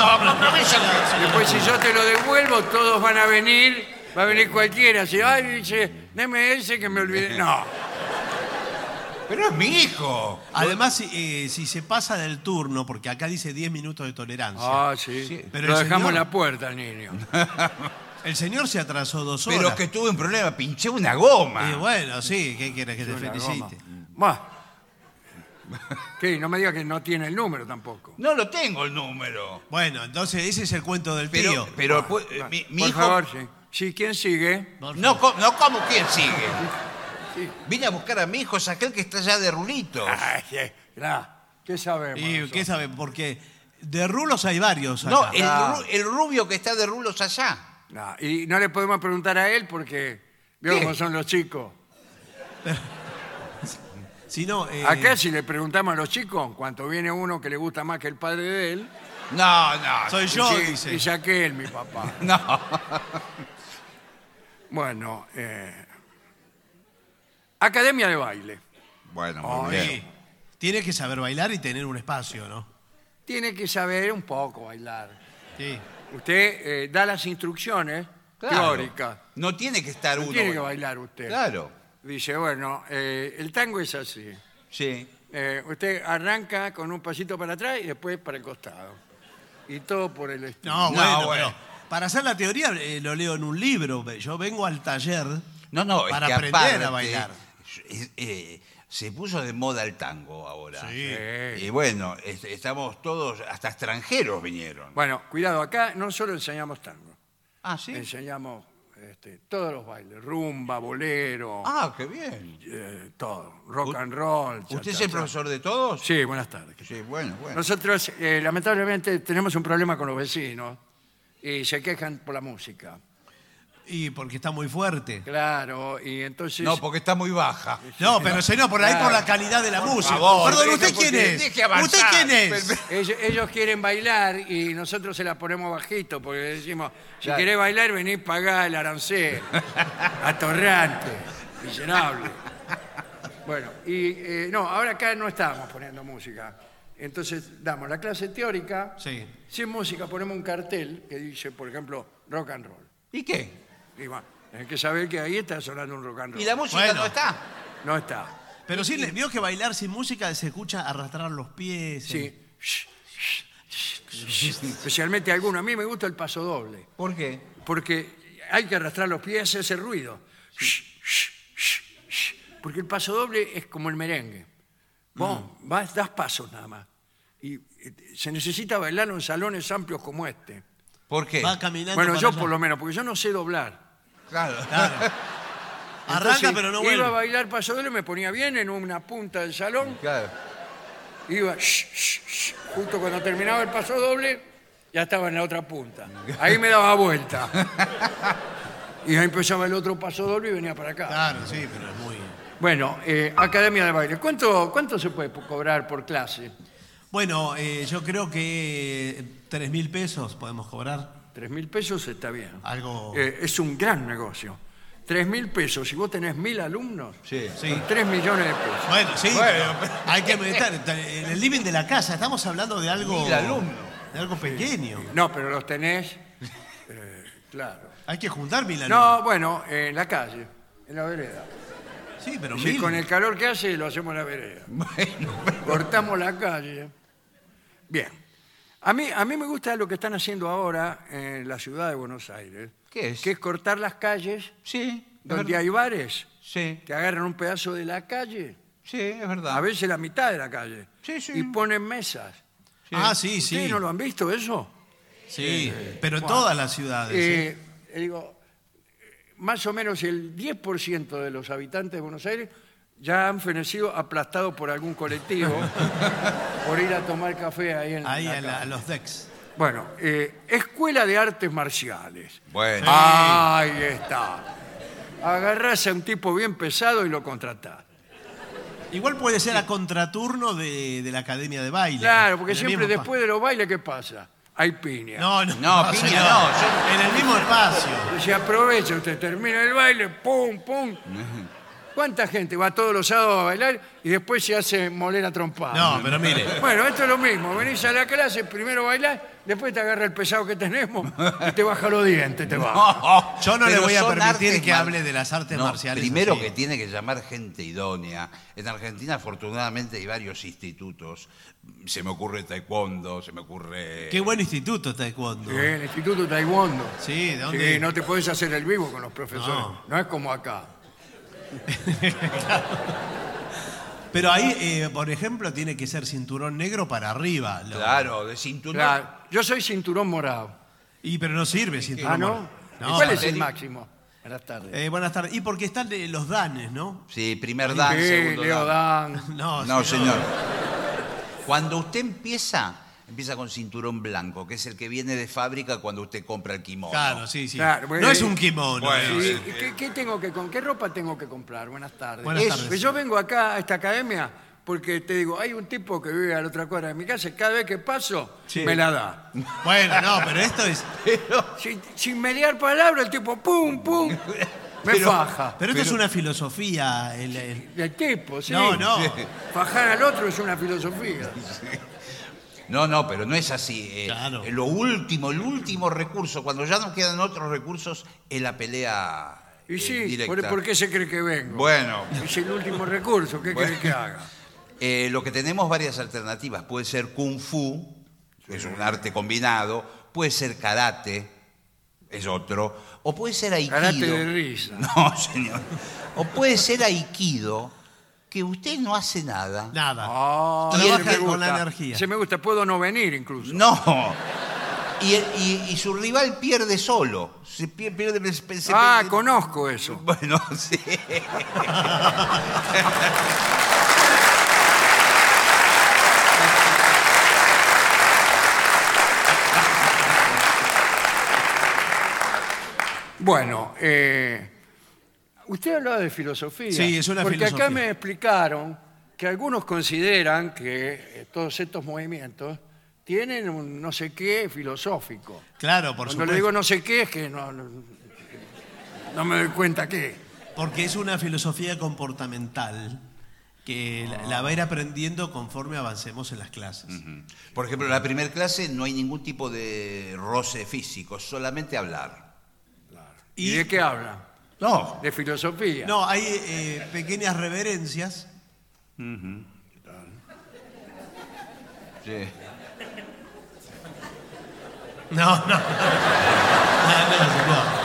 Speaker 1: Después, si yo te lo devuelvo, todos van a venir, va a venir cualquiera. Si, ay, dice, deme ese que me olvidé. No.
Speaker 3: Pero es mi hijo.
Speaker 2: Además, si, eh, si se pasa del turno, porque acá dice 10 minutos de tolerancia,
Speaker 1: Ah, sí.
Speaker 3: Sí,
Speaker 2: pero
Speaker 1: Lo
Speaker 2: el
Speaker 1: dejamos en
Speaker 2: señor-
Speaker 1: la puerta, niño.
Speaker 2: el señor se atrasó dos horas.
Speaker 3: Pero que tuve un problema, pinché una goma.
Speaker 2: Y bueno, sí, ¿qué quieres que te
Speaker 1: Ah. Una
Speaker 2: felicite?
Speaker 1: goma. Bah, Sí, no me diga que no tiene el número tampoco.
Speaker 3: No lo tengo el número.
Speaker 2: Bueno, entonces ese es el cuento del
Speaker 3: Pero,
Speaker 2: tío.
Speaker 3: pero pu-
Speaker 1: Bueno,
Speaker 3: Eh, mi, mi
Speaker 1: por
Speaker 3: hijo.
Speaker 1: favor, sí. Sí, ¿quién sigue?
Speaker 2: Por
Speaker 3: No, co- no como quién sigue. Vine a buscar a mi hijo, es aquel que está allá de rulitos.
Speaker 1: Ay, eh, nah, ¿Qué sabemos?
Speaker 2: ¿Y
Speaker 1: nosotros?
Speaker 2: qué saben? Porque de rulos hay varios.
Speaker 3: No,
Speaker 2: acá.
Speaker 1: eh,
Speaker 3: el, ru- el rubio que está de rulos allá.
Speaker 1: Nah, y no le podemos preguntar a él porque vio
Speaker 3: ¿Qué?
Speaker 1: cómo son los chicos.
Speaker 2: Si no, eh,
Speaker 1: Acá si le preguntamos a los chicos, cuando viene uno que le gusta más que el padre de él,
Speaker 3: No, no.
Speaker 2: soy yo,
Speaker 1: dice-
Speaker 2: dice.
Speaker 1: dice aquel, mi papá.
Speaker 3: No.
Speaker 1: Bueno, eh, Academia de Baile.
Speaker 3: Bueno,
Speaker 1: muy
Speaker 3: muy
Speaker 1: bien.
Speaker 3: bien.
Speaker 2: Sí. Tiene que saber bailar y tener un espacio, ¿no?
Speaker 1: Tiene que saber un poco bailar.
Speaker 2: Sí.
Speaker 1: Usted eh, da las instrucciones teóricas.
Speaker 3: No tiene que estar
Speaker 1: No
Speaker 3: uno.
Speaker 1: tiene que bailar usted.
Speaker 3: Claro.
Speaker 1: Dice, bueno, eh, el tango es así.
Speaker 3: Sí.
Speaker 1: Eh, usted arranca con un pasito para atrás y después para el costado. Y todo por el estilo.
Speaker 2: No,
Speaker 3: No,
Speaker 2: bueno,
Speaker 3: bueno.
Speaker 2: pero para hacer la teoría eh, lo leo en un libro. Yo vengo al taller.
Speaker 3: No, no, es
Speaker 2: Para
Speaker 3: que
Speaker 2: aprender a
Speaker 3: aparte,
Speaker 2: bailar.
Speaker 3: es- eh, se puso de moda el tango ahora.
Speaker 2: Sí.
Speaker 3: Y bueno, es- estamos todos, hasta extranjeros vinieron.
Speaker 1: Bueno, cuidado, acá no solo enseñamos tango,
Speaker 3: Ah, sí.
Speaker 1: enseñamos este, todos los bailes, rumba, bolero,
Speaker 3: Ah, qué bien.
Speaker 1: eh, todo, rock and roll. cha,
Speaker 3: ¿Usted es
Speaker 1: cha,
Speaker 3: el
Speaker 1: cha.
Speaker 3: profesor de todos?
Speaker 1: Sí, buenas tardes.
Speaker 3: Sí, bueno, bueno.
Speaker 1: Nosotros, eh, lamentablemente, tenemos un problema con los vecinos y se quejan por la música.
Speaker 2: Y porque está muy fuerte.
Speaker 1: Claro, y entonces.
Speaker 3: No, porque está muy baja.
Speaker 2: No, pero señor, por ahí
Speaker 1: Claro.
Speaker 2: por la calidad de la música.
Speaker 3: favor,
Speaker 2: Perdón,
Speaker 3: deje,
Speaker 2: ¿usted quién
Speaker 3: porque
Speaker 2: es?
Speaker 3: deje avanzar.
Speaker 2: ¿Usted quién es?
Speaker 1: ellos, ellos quieren bailar y nosotros se la ponemos bajito porque decimos: si
Speaker 3: Claro.
Speaker 1: querés bailar, venís pagá el arancel. Atorrante, miserable. Bueno, y eh, no, ahora acá no estamos poniendo música. Entonces damos la clase teórica.
Speaker 2: Sí.
Speaker 1: Sin música ponemos un cartel que dice, por ejemplo, rock and roll.
Speaker 3: ¿Y qué?
Speaker 1: Y bueno, hay que saber que ahí está sonando un rock and roll.
Speaker 3: ¿Y la música
Speaker 2: Bueno.
Speaker 3: no está?
Speaker 1: No está.
Speaker 2: Pero sí, le- vio que bailar sin música se escucha arrastrar los pies.
Speaker 1: Sí. Especialmente alguno. A mí me gusta el paso doble.
Speaker 3: ¿Por qué?
Speaker 1: Porque hay que arrastrar los pies ese ruido. Porque el paso doble es como el merengue. Vos vas, das pasos nada más. Y eh, se necesita bailar en salones amplios como este.
Speaker 3: ¿Por qué?
Speaker 2: eh, Va caminando.
Speaker 1: Bueno,
Speaker 2: para
Speaker 1: yo
Speaker 2: allá.
Speaker 1: por lo menos, porque yo no sé doblar.
Speaker 3: Claro.
Speaker 2: Claro. Arranca,
Speaker 1: Entonces,
Speaker 2: pero no
Speaker 1: Iba a
Speaker 2: vuelve.
Speaker 1: bailar paso doble, me ponía bien en una punta del salón.
Speaker 3: Claro.
Speaker 1: Iba, shh, shh, shh. justo cuando terminaba el paso doble, ya estaba en la otra punta. Ahí me daba vuelta. Y ahí empezaba el otro paso doble y venía para acá.
Speaker 2: Claro, sí, pero es muy.
Speaker 1: Bueno, eh, Academia de Baile. ¿Cuánto, ¿Cuánto se puede po- cobrar por clase?
Speaker 2: Bueno, eh, yo creo que tres mil pesos podemos cobrar.
Speaker 1: Tres mil pesos está bien.
Speaker 2: Algo.
Speaker 1: Eh, es un gran negocio. Tres mil pesos, si vos tenés mil alumnos,
Speaker 3: Sí.
Speaker 2: Sí.
Speaker 1: tres millones de pesos.
Speaker 2: Bueno, sí.
Speaker 3: Bueno,
Speaker 2: pero Hay que meditar. En el living de la casa estamos hablando de algo.
Speaker 3: Mil alumnos.
Speaker 2: De algo pequeño.
Speaker 1: No, pero los tenés, eh, claro.
Speaker 2: Hay que juntar mil alumnos.
Speaker 1: No, bueno, eh, en la calle, en la vereda.
Speaker 2: Sí, pero
Speaker 1: Si
Speaker 2: mil.
Speaker 1: con el calor que hace, lo hacemos en la vereda.
Speaker 3: Bueno,
Speaker 1: Cortamos la calle. Bien. A mí, a mí me gusta lo que están haciendo ahora en la ciudad de Buenos Aires.
Speaker 3: ¿Qué es?
Speaker 1: Que es cortar las calles
Speaker 3: sí. es
Speaker 1: donde
Speaker 3: verdad.
Speaker 1: hay bares
Speaker 3: Sí,
Speaker 1: que agarran un pedazo de la calle,
Speaker 3: sí, es verdad.
Speaker 1: a veces la mitad de la calle,
Speaker 3: Sí, sí.
Speaker 1: y ponen mesas.
Speaker 2: Ah, sí,
Speaker 1: ¿Ustedes
Speaker 2: sí.
Speaker 1: no lo han visto eso?
Speaker 2: Sí, pero en todas las ciudades. ¿eh?
Speaker 1: Eh, eh, digo, eh, más o menos el 10% de los habitantes de Buenos Aires ya han fenecido aplastados por algún colectivo por ir a tomar café ahí en
Speaker 2: Ahí
Speaker 1: la
Speaker 2: a, la- a
Speaker 1: calle.
Speaker 2: los decks.
Speaker 1: Bueno, eh, Escuela de Artes Marciales.
Speaker 3: Bueno.
Speaker 1: Ahí está. Agarrás a un tipo bien pesado y lo contratás.
Speaker 2: Igual puede ser a contraturno de, de la academia de baile.
Speaker 1: Claro, porque
Speaker 2: En el
Speaker 1: siempre
Speaker 2: mismo
Speaker 1: después de los bailes, ¿qué pasa? Hay piña.
Speaker 2: espacio. No, no,
Speaker 3: No, piña,
Speaker 2: señor.
Speaker 3: no, yo-
Speaker 2: En el mismo espacio.
Speaker 1: Se aprovecha, usted termina el baile, pum, pum. ¿Cuánta gente va todos los sábados a bailar y después se hace moler a trompada?
Speaker 2: No, pero mire.
Speaker 1: Bueno, esto es lo mismo. Venís a la clase, primero bailás, después te agarra el pesado que tenemos y te baja los dientes, te va.
Speaker 2: Ah. Yo no le
Speaker 3: Oh, Pero
Speaker 2: voy a
Speaker 3: son
Speaker 2: permitir
Speaker 3: artes
Speaker 2: que
Speaker 3: mar-
Speaker 2: hable de las artes
Speaker 3: No,
Speaker 2: marciales.
Speaker 3: Primero
Speaker 2: así.
Speaker 3: que tiene que llamar gente idónea. En Argentina, afortunadamente, hay varios institutos. Se me ocurre taekwondo, se me ocurre.
Speaker 2: Qué buen instituto Taekwondo.
Speaker 1: Sí, el Instituto Taekwondo.
Speaker 2: Sí, ¿de dónde?
Speaker 1: Sí, no te podés hacer el vivo con los profesores.
Speaker 2: No.
Speaker 1: No es como acá.
Speaker 2: Pero ahí, eh, por ejemplo, tiene que ser cinturón negro para arriba. lo-
Speaker 3: Claro, de cinturón.
Speaker 1: Claro, yo soy cinturón morado.
Speaker 2: Y pero no sirve cinturón.
Speaker 1: Ah, ¿no?
Speaker 2: morado. No,
Speaker 1: ¿Cuál
Speaker 2: para-
Speaker 1: es el
Speaker 3: sí.
Speaker 1: máximo? Buenas tardes.
Speaker 2: Eh, buenas tardes. Y porque están de- los danes, ¿no?
Speaker 3: Sí, primer dan,
Speaker 1: Sí,
Speaker 3: segundo
Speaker 1: Leo
Speaker 3: dan.
Speaker 1: Dan.
Speaker 2: No,
Speaker 3: No, señor. Cuando usted empieza, empieza con cinturón blanco, que es el que viene de fábrica cuando usted compra el kimono.
Speaker 2: Claro, sí, sí.
Speaker 1: Claro, bueno.
Speaker 2: no es un kimono.
Speaker 3: Bueno,
Speaker 2: eh.
Speaker 1: Sí, ¿y ¿Qué, qué tengo que con qué ropa tengo que comprar? Buenas tardes.
Speaker 2: Buenas
Speaker 1: Es-
Speaker 2: tardes.
Speaker 1: pues Yo vengo acá a esta academia porque te digo, hay un tipo que vive a la otra cuadra de mi casa y cada vez que paso
Speaker 2: Sí.
Speaker 1: me la da.
Speaker 2: Bueno, no, pero esto es.
Speaker 1: Sin, sin mediar palabra, el tipo pum pum me faja.
Speaker 2: Pero esto es una filosofía. el- el-
Speaker 1: El tipo, sí.
Speaker 2: No, no.
Speaker 1: Fajar al otro es una filosofía.
Speaker 3: No, no, pero no es así. eh,
Speaker 2: Claro.
Speaker 3: Lo último, el último recurso, cuando ya no quedan otros recursos, es la pelea
Speaker 1: Y
Speaker 3: eh,
Speaker 1: sí,
Speaker 3: directa.
Speaker 1: ¿por, por qué se cree que vengo?
Speaker 3: Bueno,
Speaker 1: Es el último recurso, ¿qué
Speaker 3: Bueno.
Speaker 1: cree que haga?
Speaker 3: eh, lo que tenemos varias alternativas. Puede ser kung fu, que es un arte combinado. Puede ser karate, es otro. O puede ser aikido.
Speaker 1: Karate de risa.
Speaker 3: No, señor. O puede ser aikido, que usted no hace nada.
Speaker 2: Nada.
Speaker 1: Ah,
Speaker 2: Trabaja
Speaker 1: ese me
Speaker 2: con
Speaker 1: gusta.
Speaker 2: la energía.
Speaker 1: Ese me gusta, puedo no venir incluso.
Speaker 3: No. Y, y- y su rival pierde solo. Se pie- pierde, se- se
Speaker 1: ah,
Speaker 3: pierde-
Speaker 1: conozco eso.
Speaker 3: Bueno, sí.
Speaker 1: Bueno, eh, usted hablaba de filosofía.
Speaker 2: Sí, es una
Speaker 1: porque
Speaker 2: filosofía.
Speaker 1: acá me explicaron que algunos consideran que eh, todos estos movimientos tienen un no sé qué filosófico.
Speaker 2: Claro, por
Speaker 1: Cuando
Speaker 2: supuesto.
Speaker 1: le digo no sé qué es que no, no, no me doy cuenta qué.
Speaker 2: Porque es una filosofía comportamental que la, la va a ir aprendiendo conforme avancemos en las clases.
Speaker 3: Por ejemplo, en la primera clase no hay ningún tipo de roce físico, solamente hablar.
Speaker 1: ¿Y,
Speaker 2: Y-
Speaker 1: de qué habla?
Speaker 3: No.
Speaker 1: De filosofía.
Speaker 2: No, hay eh, pequeñas reverencias.
Speaker 3: Sí.
Speaker 2: No, no. no, no, no.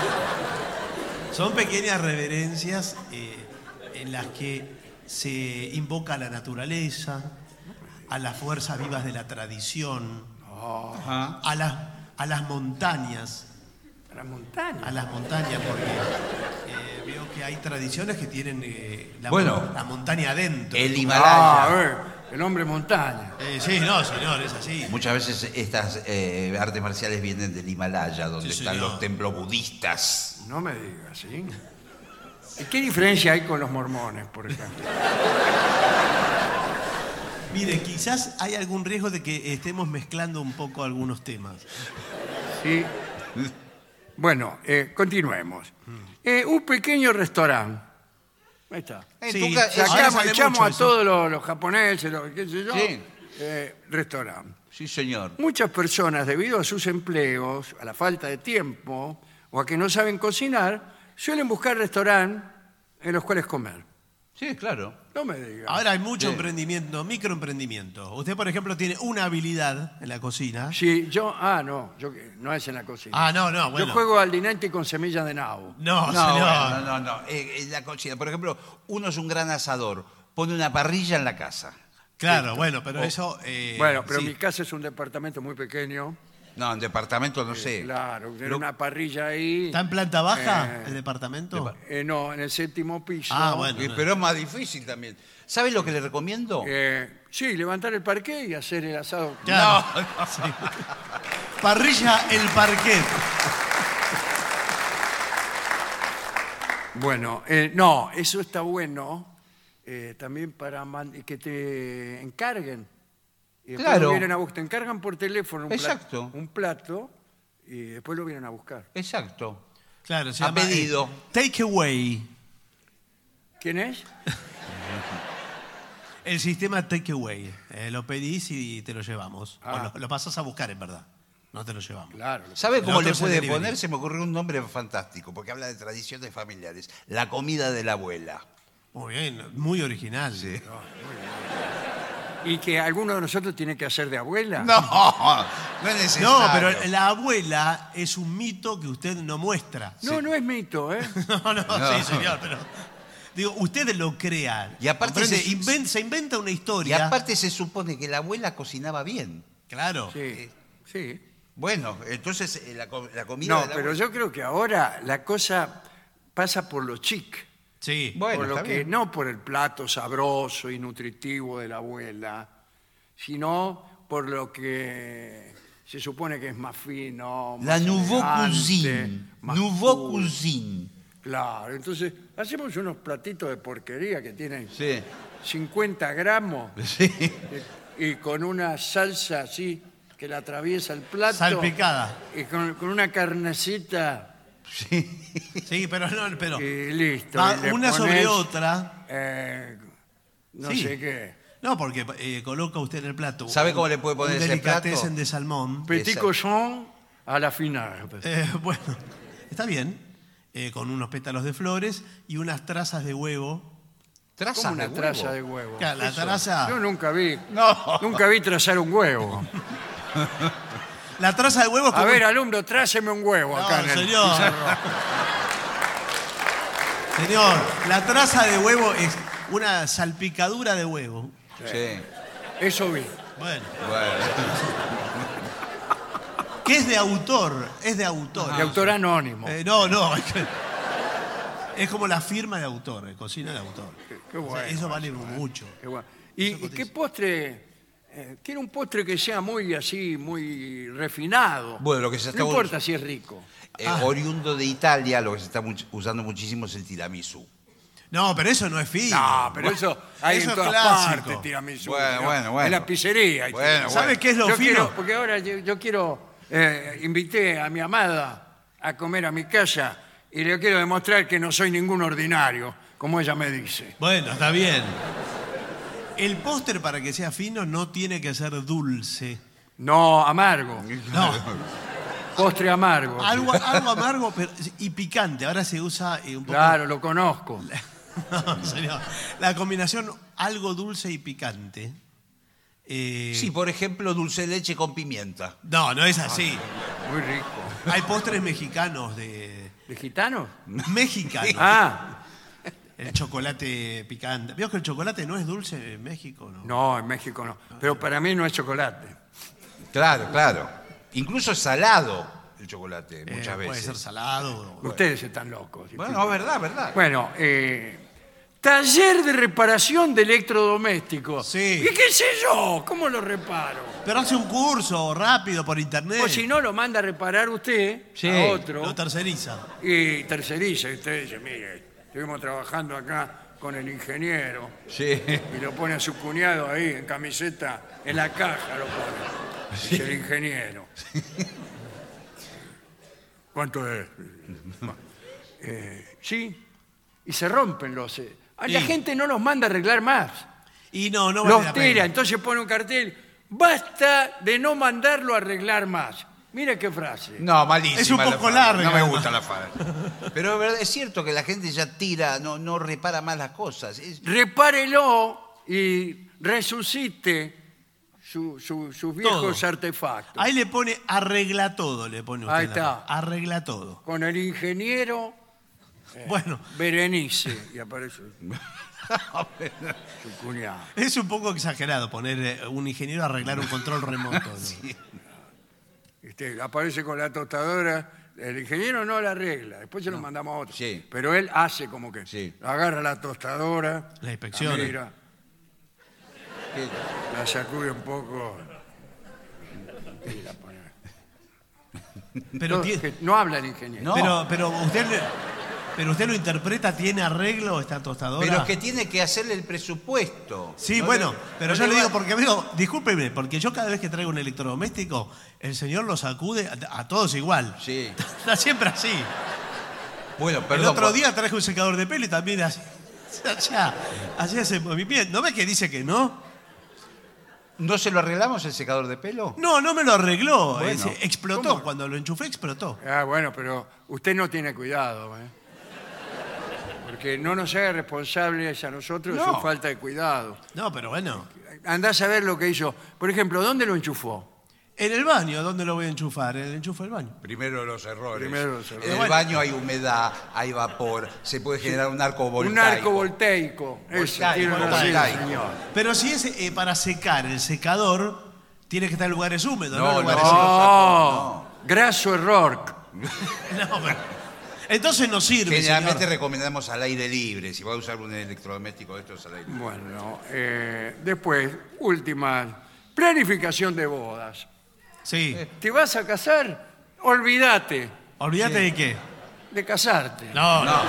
Speaker 2: Son pequeñas reverencias eh, en las que se invoca a la naturaleza, a las fuerzas vivas de la tradición, a, las, a las montañas,
Speaker 1: La montaña.
Speaker 2: a las montañas, porque eh, veo que hay tradiciones que tienen eh, la,
Speaker 3: Bueno.
Speaker 2: mon- la montaña adentro.
Speaker 3: El
Speaker 1: Ah, a
Speaker 3: Himalaya.
Speaker 1: ver, el hombre montaña.
Speaker 2: Eh, sí, no, señor, es así.
Speaker 3: Muchas veces estas eh, artes marciales vienen del Himalaya, donde
Speaker 2: Sí,
Speaker 3: están
Speaker 2: señor.
Speaker 3: los templos budistas.
Speaker 1: No me digas, ¿sí? ¿Y qué diferencia hay con los mormones, por ejemplo?
Speaker 2: Mire, quizás hay algún riesgo de que estemos mezclando un poco algunos temas.
Speaker 1: Sí. Bueno, eh, continuemos. Eh, un pequeño restaurante. Ahí está.
Speaker 3: En
Speaker 2: Sí,
Speaker 3: tu ca-
Speaker 2: sí,
Speaker 3: acá-
Speaker 2: ahora
Speaker 1: Sacamos,
Speaker 2: sale
Speaker 1: echamos
Speaker 2: mucho
Speaker 1: a
Speaker 2: eso.
Speaker 1: todos los, los japoneses, los qué sé yo.
Speaker 3: Sí.
Speaker 1: eh, restaurante.
Speaker 3: sí, señor.
Speaker 1: Muchas personas, debido a sus empleos, a la falta de tiempo o a que no saben cocinar, suelen buscar restaurantes en los cuales comer.
Speaker 3: Sí, claro.
Speaker 1: No me digas.
Speaker 2: Ahora hay mucho
Speaker 3: Sí.
Speaker 2: emprendimiento, microemprendimiento. Usted, por ejemplo, tiene una habilidad en la cocina.
Speaker 1: Sí, yo, ah, no, yo que- no es en la cocina.
Speaker 2: Ah, no, no, bueno.
Speaker 1: Yo juego al dinante con semillas de nabo.
Speaker 2: No,
Speaker 3: No,
Speaker 2: señor.
Speaker 3: bueno, no, no. Eh, eh, la cocina. Por ejemplo, uno es un gran asador, pone una parrilla en la casa.
Speaker 2: Claro, bueno, pero eso. eh,
Speaker 1: Oh. Bueno, pero
Speaker 2: sí.
Speaker 1: mi casa es un departamento muy pequeño.
Speaker 3: No, en departamento no sé.
Speaker 1: Claro, tiene
Speaker 3: Lo-
Speaker 1: una parrilla ahí.
Speaker 2: ¿Está en planta baja
Speaker 1: Eh,
Speaker 2: el departamento?
Speaker 1: Eh, no, en el séptimo piso.
Speaker 2: Ah, bueno.
Speaker 3: Eh, Pero es más difícil también. ¿Sabe lo que le recomiendo?
Speaker 1: Eh, sí, levantar el parqué y hacer el asado.
Speaker 2: Claro. Sí. Parrilla el parquet.
Speaker 1: Bueno, eh, no, eso está bueno eh, también para man- que te encarguen. Y después
Speaker 3: Claro.
Speaker 1: lo vienen a buscar. Te encargan por teléfono un, pla-
Speaker 3: Exacto.
Speaker 1: un plato y después lo vienen a buscar.
Speaker 3: Exacto.
Speaker 2: Claro, se
Speaker 3: A
Speaker 2: llama, eh,
Speaker 3: pedido.
Speaker 2: Take away.
Speaker 1: ¿Quién es?
Speaker 2: El sistema take away. Eh, lo pedís y te lo llevamos. O
Speaker 1: Ah.
Speaker 2: lo, lo pasás a buscar, en verdad. No te lo llevamos.
Speaker 1: Claro. lo que-
Speaker 3: ¿Sabe
Speaker 2: El
Speaker 3: cómo
Speaker 2: otro
Speaker 3: le
Speaker 2: es el
Speaker 3: puede
Speaker 2: delivery.
Speaker 3: poner? Se me ocurrió un nombre fantástico, porque habla de tradiciones familiares. La comida de la abuela.
Speaker 2: Muy bien, muy original.
Speaker 1: ¿Y que alguno de nosotros tiene que hacer de abuela?
Speaker 3: No, no es necesario.
Speaker 2: No, pero la abuela es un mito que usted no muestra.
Speaker 1: No, no es mito, ¿eh?
Speaker 2: No, no,
Speaker 3: No.
Speaker 2: sí, señor, pero. Digo, ustedes lo crean.
Speaker 3: Y aparte
Speaker 2: ¿comprende?
Speaker 3: se-
Speaker 2: Inven- se inventa una
Speaker 3: Y
Speaker 2: historia.
Speaker 3: aparte se supone que la abuela cocinaba bien.
Speaker 2: Claro.
Speaker 1: Sí, sí.
Speaker 3: Bueno, entonces eh, la, co- la comida.
Speaker 1: No,
Speaker 3: de la
Speaker 1: pero
Speaker 3: abuela-
Speaker 1: yo creo que ahora la cosa pasa por lo chic.
Speaker 2: Sí.
Speaker 3: Bueno,
Speaker 1: por lo
Speaker 3: está
Speaker 1: que,
Speaker 3: bien.
Speaker 1: no por el plato sabroso y nutritivo de la abuela, sino por lo que se supone que es más fino.
Speaker 3: La
Speaker 1: más
Speaker 3: nouveau
Speaker 1: elegante,
Speaker 3: cuisine.
Speaker 1: más
Speaker 3: Nouveau
Speaker 1: cool.
Speaker 3: cuisine.
Speaker 1: Claro, entonces hacemos unos platitos de porquería que tienen
Speaker 3: Sí.
Speaker 1: 50 gramos
Speaker 3: Sí.
Speaker 1: y con una salsa así que la atraviesa el plato.
Speaker 2: Salpicada.
Speaker 1: Y con, con una carnecita
Speaker 2: Sí, pero no, pero.
Speaker 1: y listo.
Speaker 2: va
Speaker 1: y le
Speaker 2: Ah, una sobre
Speaker 1: ponés,
Speaker 2: otra.
Speaker 1: eh, no
Speaker 2: Sí.
Speaker 1: sé qué.
Speaker 2: No, porque eh, coloca usted en el plato.
Speaker 3: ¿Sabe
Speaker 2: un-
Speaker 3: cómo le puede poner
Speaker 2: un
Speaker 3: ese
Speaker 2: delicatessen
Speaker 3: plato?
Speaker 2: de salmón.
Speaker 1: Petit
Speaker 3: Exacto.
Speaker 1: cochon a la final.
Speaker 2: Eh, bueno, está bien. Eh, con unos pétalos de flores y unas trazas de huevo.
Speaker 3: Trazas
Speaker 1: Como
Speaker 3: de
Speaker 1: una
Speaker 3: huevo.
Speaker 1: traza de huevo.
Speaker 2: Claro, la
Speaker 1: Eso.
Speaker 2: traza-
Speaker 1: Yo nunca vi.
Speaker 3: No.
Speaker 1: Nunca vi trazar un huevo.
Speaker 2: La traza de huevo es
Speaker 1: A
Speaker 2: como-
Speaker 1: ver, alumno, tráceme un huevo
Speaker 2: No,
Speaker 1: acá en el
Speaker 2: señor.
Speaker 1: pizarrón.
Speaker 2: Señor, la traza de huevo es una salpicadura de huevo.
Speaker 3: Sí.
Speaker 1: Eso vi.
Speaker 2: Bueno.
Speaker 1: Ah.
Speaker 3: Bueno.
Speaker 2: Que es de autor, es de autor.
Speaker 1: De autor anónimo.
Speaker 2: Ah, Eh, no, no. es que- Es como la firma de autor, eh, cocina de autor.
Speaker 1: qué
Speaker 2: O sea,
Speaker 1: bueno
Speaker 2: eso vale mucho.
Speaker 1: Qué guay. ¿Y, y qué postre? eh, quiero un postre que sea muy así, muy refinado.
Speaker 3: Bueno, lo que se está
Speaker 1: No
Speaker 3: bus-
Speaker 1: importa si es rico.
Speaker 3: Eh, Oriundo de Italia, lo que se está much- usando muchísimo es el tiramisú.
Speaker 2: No, pero eso no es fino.
Speaker 1: No, pero eso hay
Speaker 2: Eso
Speaker 1: en
Speaker 2: es
Speaker 1: todas
Speaker 2: clásico.
Speaker 1: partes tiramisú.
Speaker 3: Bueno,
Speaker 1: ¿no?
Speaker 3: bueno, bueno.
Speaker 1: En la pizzería. hay
Speaker 3: Bueno,
Speaker 1: tiramisú.
Speaker 2: ¿Sabe qué es lo
Speaker 1: yo
Speaker 2: fino?
Speaker 1: quiero- porque ahora yo, yo quiero, eh, invité a mi amada a comer a mi casa y le quiero demostrar que no soy ningún ordinario, como ella me dice.
Speaker 2: Bueno, está bien. El póster para que sea fino no tiene que ser dulce.
Speaker 1: No, amargo.
Speaker 2: No,
Speaker 1: Postre amargo.
Speaker 2: algo, algo amargo pero- y picante. Ahora se usa eh, un poco.
Speaker 1: Claro, lo conozco.
Speaker 2: No, señor. La combinación algo dulce y picante. eh,
Speaker 3: Sí, por ejemplo, dulce de leche con pimienta.
Speaker 2: No, no es así.
Speaker 1: Muy rico.
Speaker 2: Hay postres mexicanos de.
Speaker 1: ¿De gitano?
Speaker 2: Mexicanos.
Speaker 1: Ah,
Speaker 2: El chocolate picante. ¿Vio que el chocolate no es dulce en México? No.
Speaker 1: no, en México no. Pero para mí no es chocolate.
Speaker 3: Claro, claro. Incluso es salado el chocolate,
Speaker 2: Eh,
Speaker 3: muchas
Speaker 2: Puede ser
Speaker 3: veces.
Speaker 2: salado.
Speaker 1: Ustedes están locos.
Speaker 3: Bueno, es verdad, verdad.
Speaker 1: Bueno, eh, taller de reparación de electrodomésticos.
Speaker 2: Sí.
Speaker 1: ¿Y qué sé yo? ¿Cómo lo reparo?
Speaker 2: Pero hace un curso rápido por internet.
Speaker 1: O Pues si no, lo manda a reparar usted
Speaker 3: Sí.
Speaker 1: a otro
Speaker 2: Lo terceriza.
Speaker 1: y terceriza. Y usted dice, mire, estuvimos trabajando acá con el ingeniero
Speaker 3: Sí.
Speaker 1: y lo pone a su cuñado ahí en camiseta, en la caja lo pone. Es el ingeniero. ¿Cuánto es? Eh, sí, y se rompen los... eh, a La
Speaker 2: Sí.
Speaker 1: gente no los manda a arreglar más.
Speaker 2: Y no, no vale
Speaker 1: Los
Speaker 2: la
Speaker 1: tira,
Speaker 2: pena.
Speaker 1: entonces pone un cartel, basta de no mandarlo a arreglar más. Mira qué frase.
Speaker 3: No, malísima.
Speaker 2: Es un
Speaker 3: la
Speaker 2: poco
Speaker 3: frase.
Speaker 2: larga,
Speaker 3: No me
Speaker 2: además.
Speaker 3: gusta la fara. Pero es verdad, es cierto que la gente ya tira, no, no repara más las cosas. Es-
Speaker 1: Repárelo y resucite su- su- sus viejos
Speaker 2: Todo.
Speaker 1: artefactos.
Speaker 2: Ahí le pone arregla todo, le pone usted.
Speaker 1: Ahí
Speaker 2: en la
Speaker 1: está.
Speaker 2: mano. Arregla todo.
Speaker 1: Con el ingeniero Eh.
Speaker 2: Bueno,
Speaker 1: Berenice. Y aparece su cuñado.
Speaker 2: es un poco exagerado poner eh, un ingeniero a arreglar un control remoto. ¿no?
Speaker 1: Este, aparece con la tostadora. El ingeniero no la arregla, después se lo mandamos a otro.
Speaker 3: Sí.
Speaker 1: Pero él hace como que
Speaker 3: Sí.
Speaker 1: agarra la tostadora,
Speaker 2: La inspecciona.
Speaker 1: la mira,
Speaker 3: que-
Speaker 1: La sacude un poco. Y la pone.
Speaker 2: Pero,
Speaker 1: no,
Speaker 2: tie-
Speaker 1: que no habla el ingeniero.
Speaker 3: No.
Speaker 2: pero, pero usted le- pero usted lo interpreta, ¿tiene arreglo esta tostadora?
Speaker 3: Pero es que tiene que hacerle el presupuesto.
Speaker 2: Sí,
Speaker 3: No
Speaker 2: bueno,
Speaker 3: le-
Speaker 2: pero
Speaker 3: no
Speaker 2: yo le
Speaker 3: va-
Speaker 2: digo, porque amigo, discúlpeme, porque yo cada vez que traigo un electrodoméstico, el señor lo sacude a, a todos igual.
Speaker 3: Sí.
Speaker 2: Está siempre así.
Speaker 3: Bueno, perdón.
Speaker 2: el otro
Speaker 3: por-
Speaker 2: día traje un secador de pelo y también así. Hacía, hacía ese movimiento. ¿No ves que dice que no?
Speaker 3: ¿No se lo arreglamos el secador de pelo?
Speaker 2: No, no me lo arregló.
Speaker 3: Bueno.
Speaker 2: Ese- explotó. Cuando lo enchufé, explotó.
Speaker 1: Ah, bueno, pero usted no tiene cuidado. ¿eh? Porque no nos haga responsables a nosotros de su
Speaker 3: No.
Speaker 1: falta de cuidado.
Speaker 2: No, pero bueno.
Speaker 1: Andá a saber lo que hizo. Por ejemplo, ¿dónde lo enchufó?
Speaker 2: En el baño, ¿dónde lo voy a enchufar? En el enchufe del baño.
Speaker 3: Primero los errores.
Speaker 1: Primero los errores.
Speaker 3: En el
Speaker 2: Bueno.
Speaker 3: baño hay humedad, hay vapor, se puede generar un arco voltaico.
Speaker 1: Un arco voltaico. Eso,
Speaker 3: Voltaico,
Speaker 1: tiene razón,
Speaker 3: voltaico.
Speaker 1: señor.
Speaker 2: Pero si es eh, para secar el secador, tiene que estar en lugares húmedos, no,
Speaker 3: No,
Speaker 2: en lugares
Speaker 3: no.
Speaker 2: secos.
Speaker 1: No, Oh, graso error.
Speaker 2: No, pero- Entonces no sirve.
Speaker 3: Generalmente
Speaker 2: señor.
Speaker 3: recomendamos al aire libre. Si va a usar un electrodoméstico de estos al aire libre.
Speaker 1: Bueno, eh, después, última, planificación de bodas.
Speaker 2: Sí.
Speaker 1: ¿Te vas a casar? Olvídate
Speaker 2: Olvídate de qué.
Speaker 1: de casarte.
Speaker 2: No, no.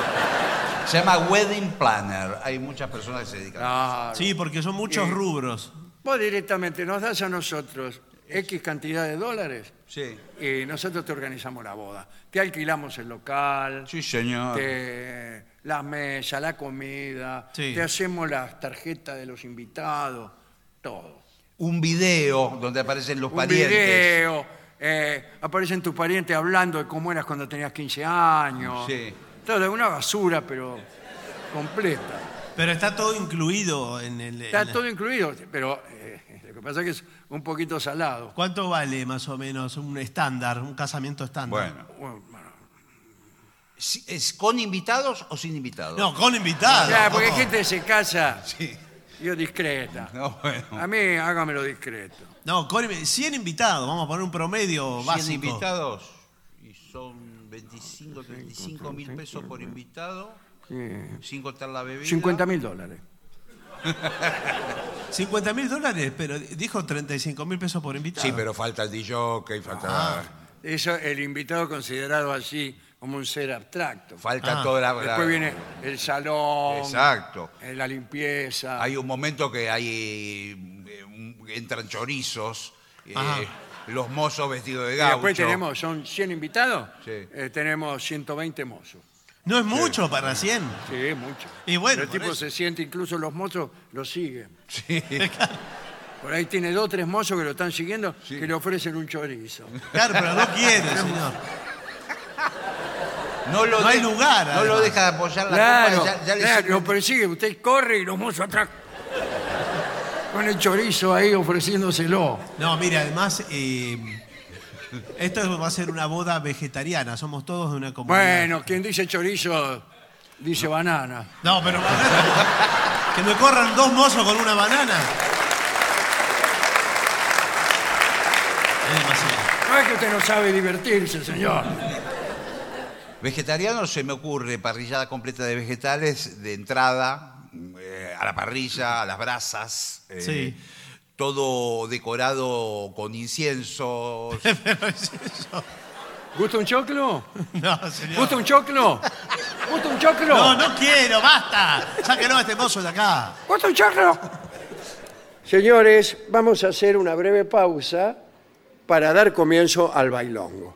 Speaker 3: Se llama wedding planner. Hay muchas personas que se dedican.
Speaker 2: Ah.
Speaker 1: Claro.
Speaker 2: Sí, porque son muchos
Speaker 1: Eh.
Speaker 2: rubros.
Speaker 1: Vos directamente nos das a nosotros X cantidad de dólares
Speaker 3: Sí.
Speaker 1: y nosotros te organizamos la boda. Te alquilamos el local,
Speaker 3: Sí, señor.
Speaker 1: te- la mesa, Este, la comida,
Speaker 2: Sí.
Speaker 1: te hacemos las tarjetas de los invitados, todo.
Speaker 3: Un video donde aparecen los
Speaker 1: Un
Speaker 3: parientes.
Speaker 1: video, eh, aparecen tus parientes hablando de cómo eras cuando tenías 15 años.
Speaker 3: Sí.
Speaker 1: Todo, una basura, pero completa.
Speaker 2: Pero está todo incluido en el. en
Speaker 1: Está
Speaker 2: la-
Speaker 1: todo incluido, pero eh, lo que pasa es que es un poquito salado.
Speaker 2: ¿Cuánto vale más o menos un estándar, un casamiento estándar?
Speaker 3: Bueno.
Speaker 1: Bueno, bueno.
Speaker 3: Si- ¿Es con invitados o sin invitados?
Speaker 2: No, con invitados.
Speaker 1: Claro, porque
Speaker 2: no.
Speaker 1: hay gente que se casa,
Speaker 3: Sí.
Speaker 1: yo discreta.
Speaker 3: No, bueno.
Speaker 1: A mí hágamelo discreto.
Speaker 2: No, con invi- 100 invitados, vamos a poner un promedio
Speaker 3: 100
Speaker 2: básico.
Speaker 3: invitados y son 25, 35 mil pesos por invitado, sin contar la bebida.
Speaker 1: 50 mil dólares.
Speaker 2: 50 mil dólares, pero dijo 35 mil pesos por invitado.
Speaker 3: Sí, pero falta el DJ, falta,
Speaker 2: Ah.
Speaker 1: Eso el invitado considerado así como un ser abstracto.
Speaker 3: falta
Speaker 2: Ah.
Speaker 3: toda la... la-
Speaker 1: Después viene el salón,
Speaker 3: Exacto.
Speaker 1: eh, la limpieza.
Speaker 3: Hay un momento que hay eh, un- entran chorizos, eh,
Speaker 2: Ajá.
Speaker 3: los mozos vestidos de
Speaker 1: y
Speaker 3: gaucho.
Speaker 1: después tenemos, son 100 invitados,
Speaker 3: Sí.
Speaker 1: eh, tenemos 120 mozos.
Speaker 2: No es mucho para 100.
Speaker 1: Sí, es mucho.
Speaker 2: Y bueno,
Speaker 1: el
Speaker 2: por
Speaker 1: tipo
Speaker 2: eso.
Speaker 1: se siente, incluso los mozos lo siguen.
Speaker 3: Sí.
Speaker 1: Por ahí tiene dos tres mozos que lo están siguiendo que le ofrecen un chorizo.
Speaker 2: Claro, pero no quiere, señor.
Speaker 3: No, lo
Speaker 2: No hay
Speaker 3: de-
Speaker 2: lugar,
Speaker 3: No lo
Speaker 2: además.
Speaker 3: deja apoyar la
Speaker 1: Claro,
Speaker 3: copa, ya, ya le
Speaker 1: claro,
Speaker 3: sirve-
Speaker 1: lo persigue, usted corre y los mozos atrás. Con el chorizo ahí ofreciéndoselo.
Speaker 2: No, mire, además, eh, esto va a ser una boda vegetariana. Somos todos de una comunidad.
Speaker 1: Bueno, quien dice chorizo dice banana.
Speaker 2: No, pero banana. que me corran dos mozos con una banana. Es demasiado.
Speaker 1: No es que usted no sabe divertirse, señor.
Speaker 3: Vegetariano se me ocurre parrillada completa de vegetales de entrada, eh, a la parrilla, a las brasas. eh,
Speaker 2: Sí.
Speaker 3: Todo decorado con inciensos.
Speaker 2: Pero es eso.
Speaker 1: ¿Gusta un choclo?
Speaker 2: No, señor.
Speaker 1: ¿Gusta un choclo? ¿Gusta un choclo?
Speaker 2: No, no quiero, basta. Sáquenlo a este mozo de acá.
Speaker 1: ¿Gusta un choclo? Señores, vamos a hacer una breve pausa para dar comienzo al bailongo.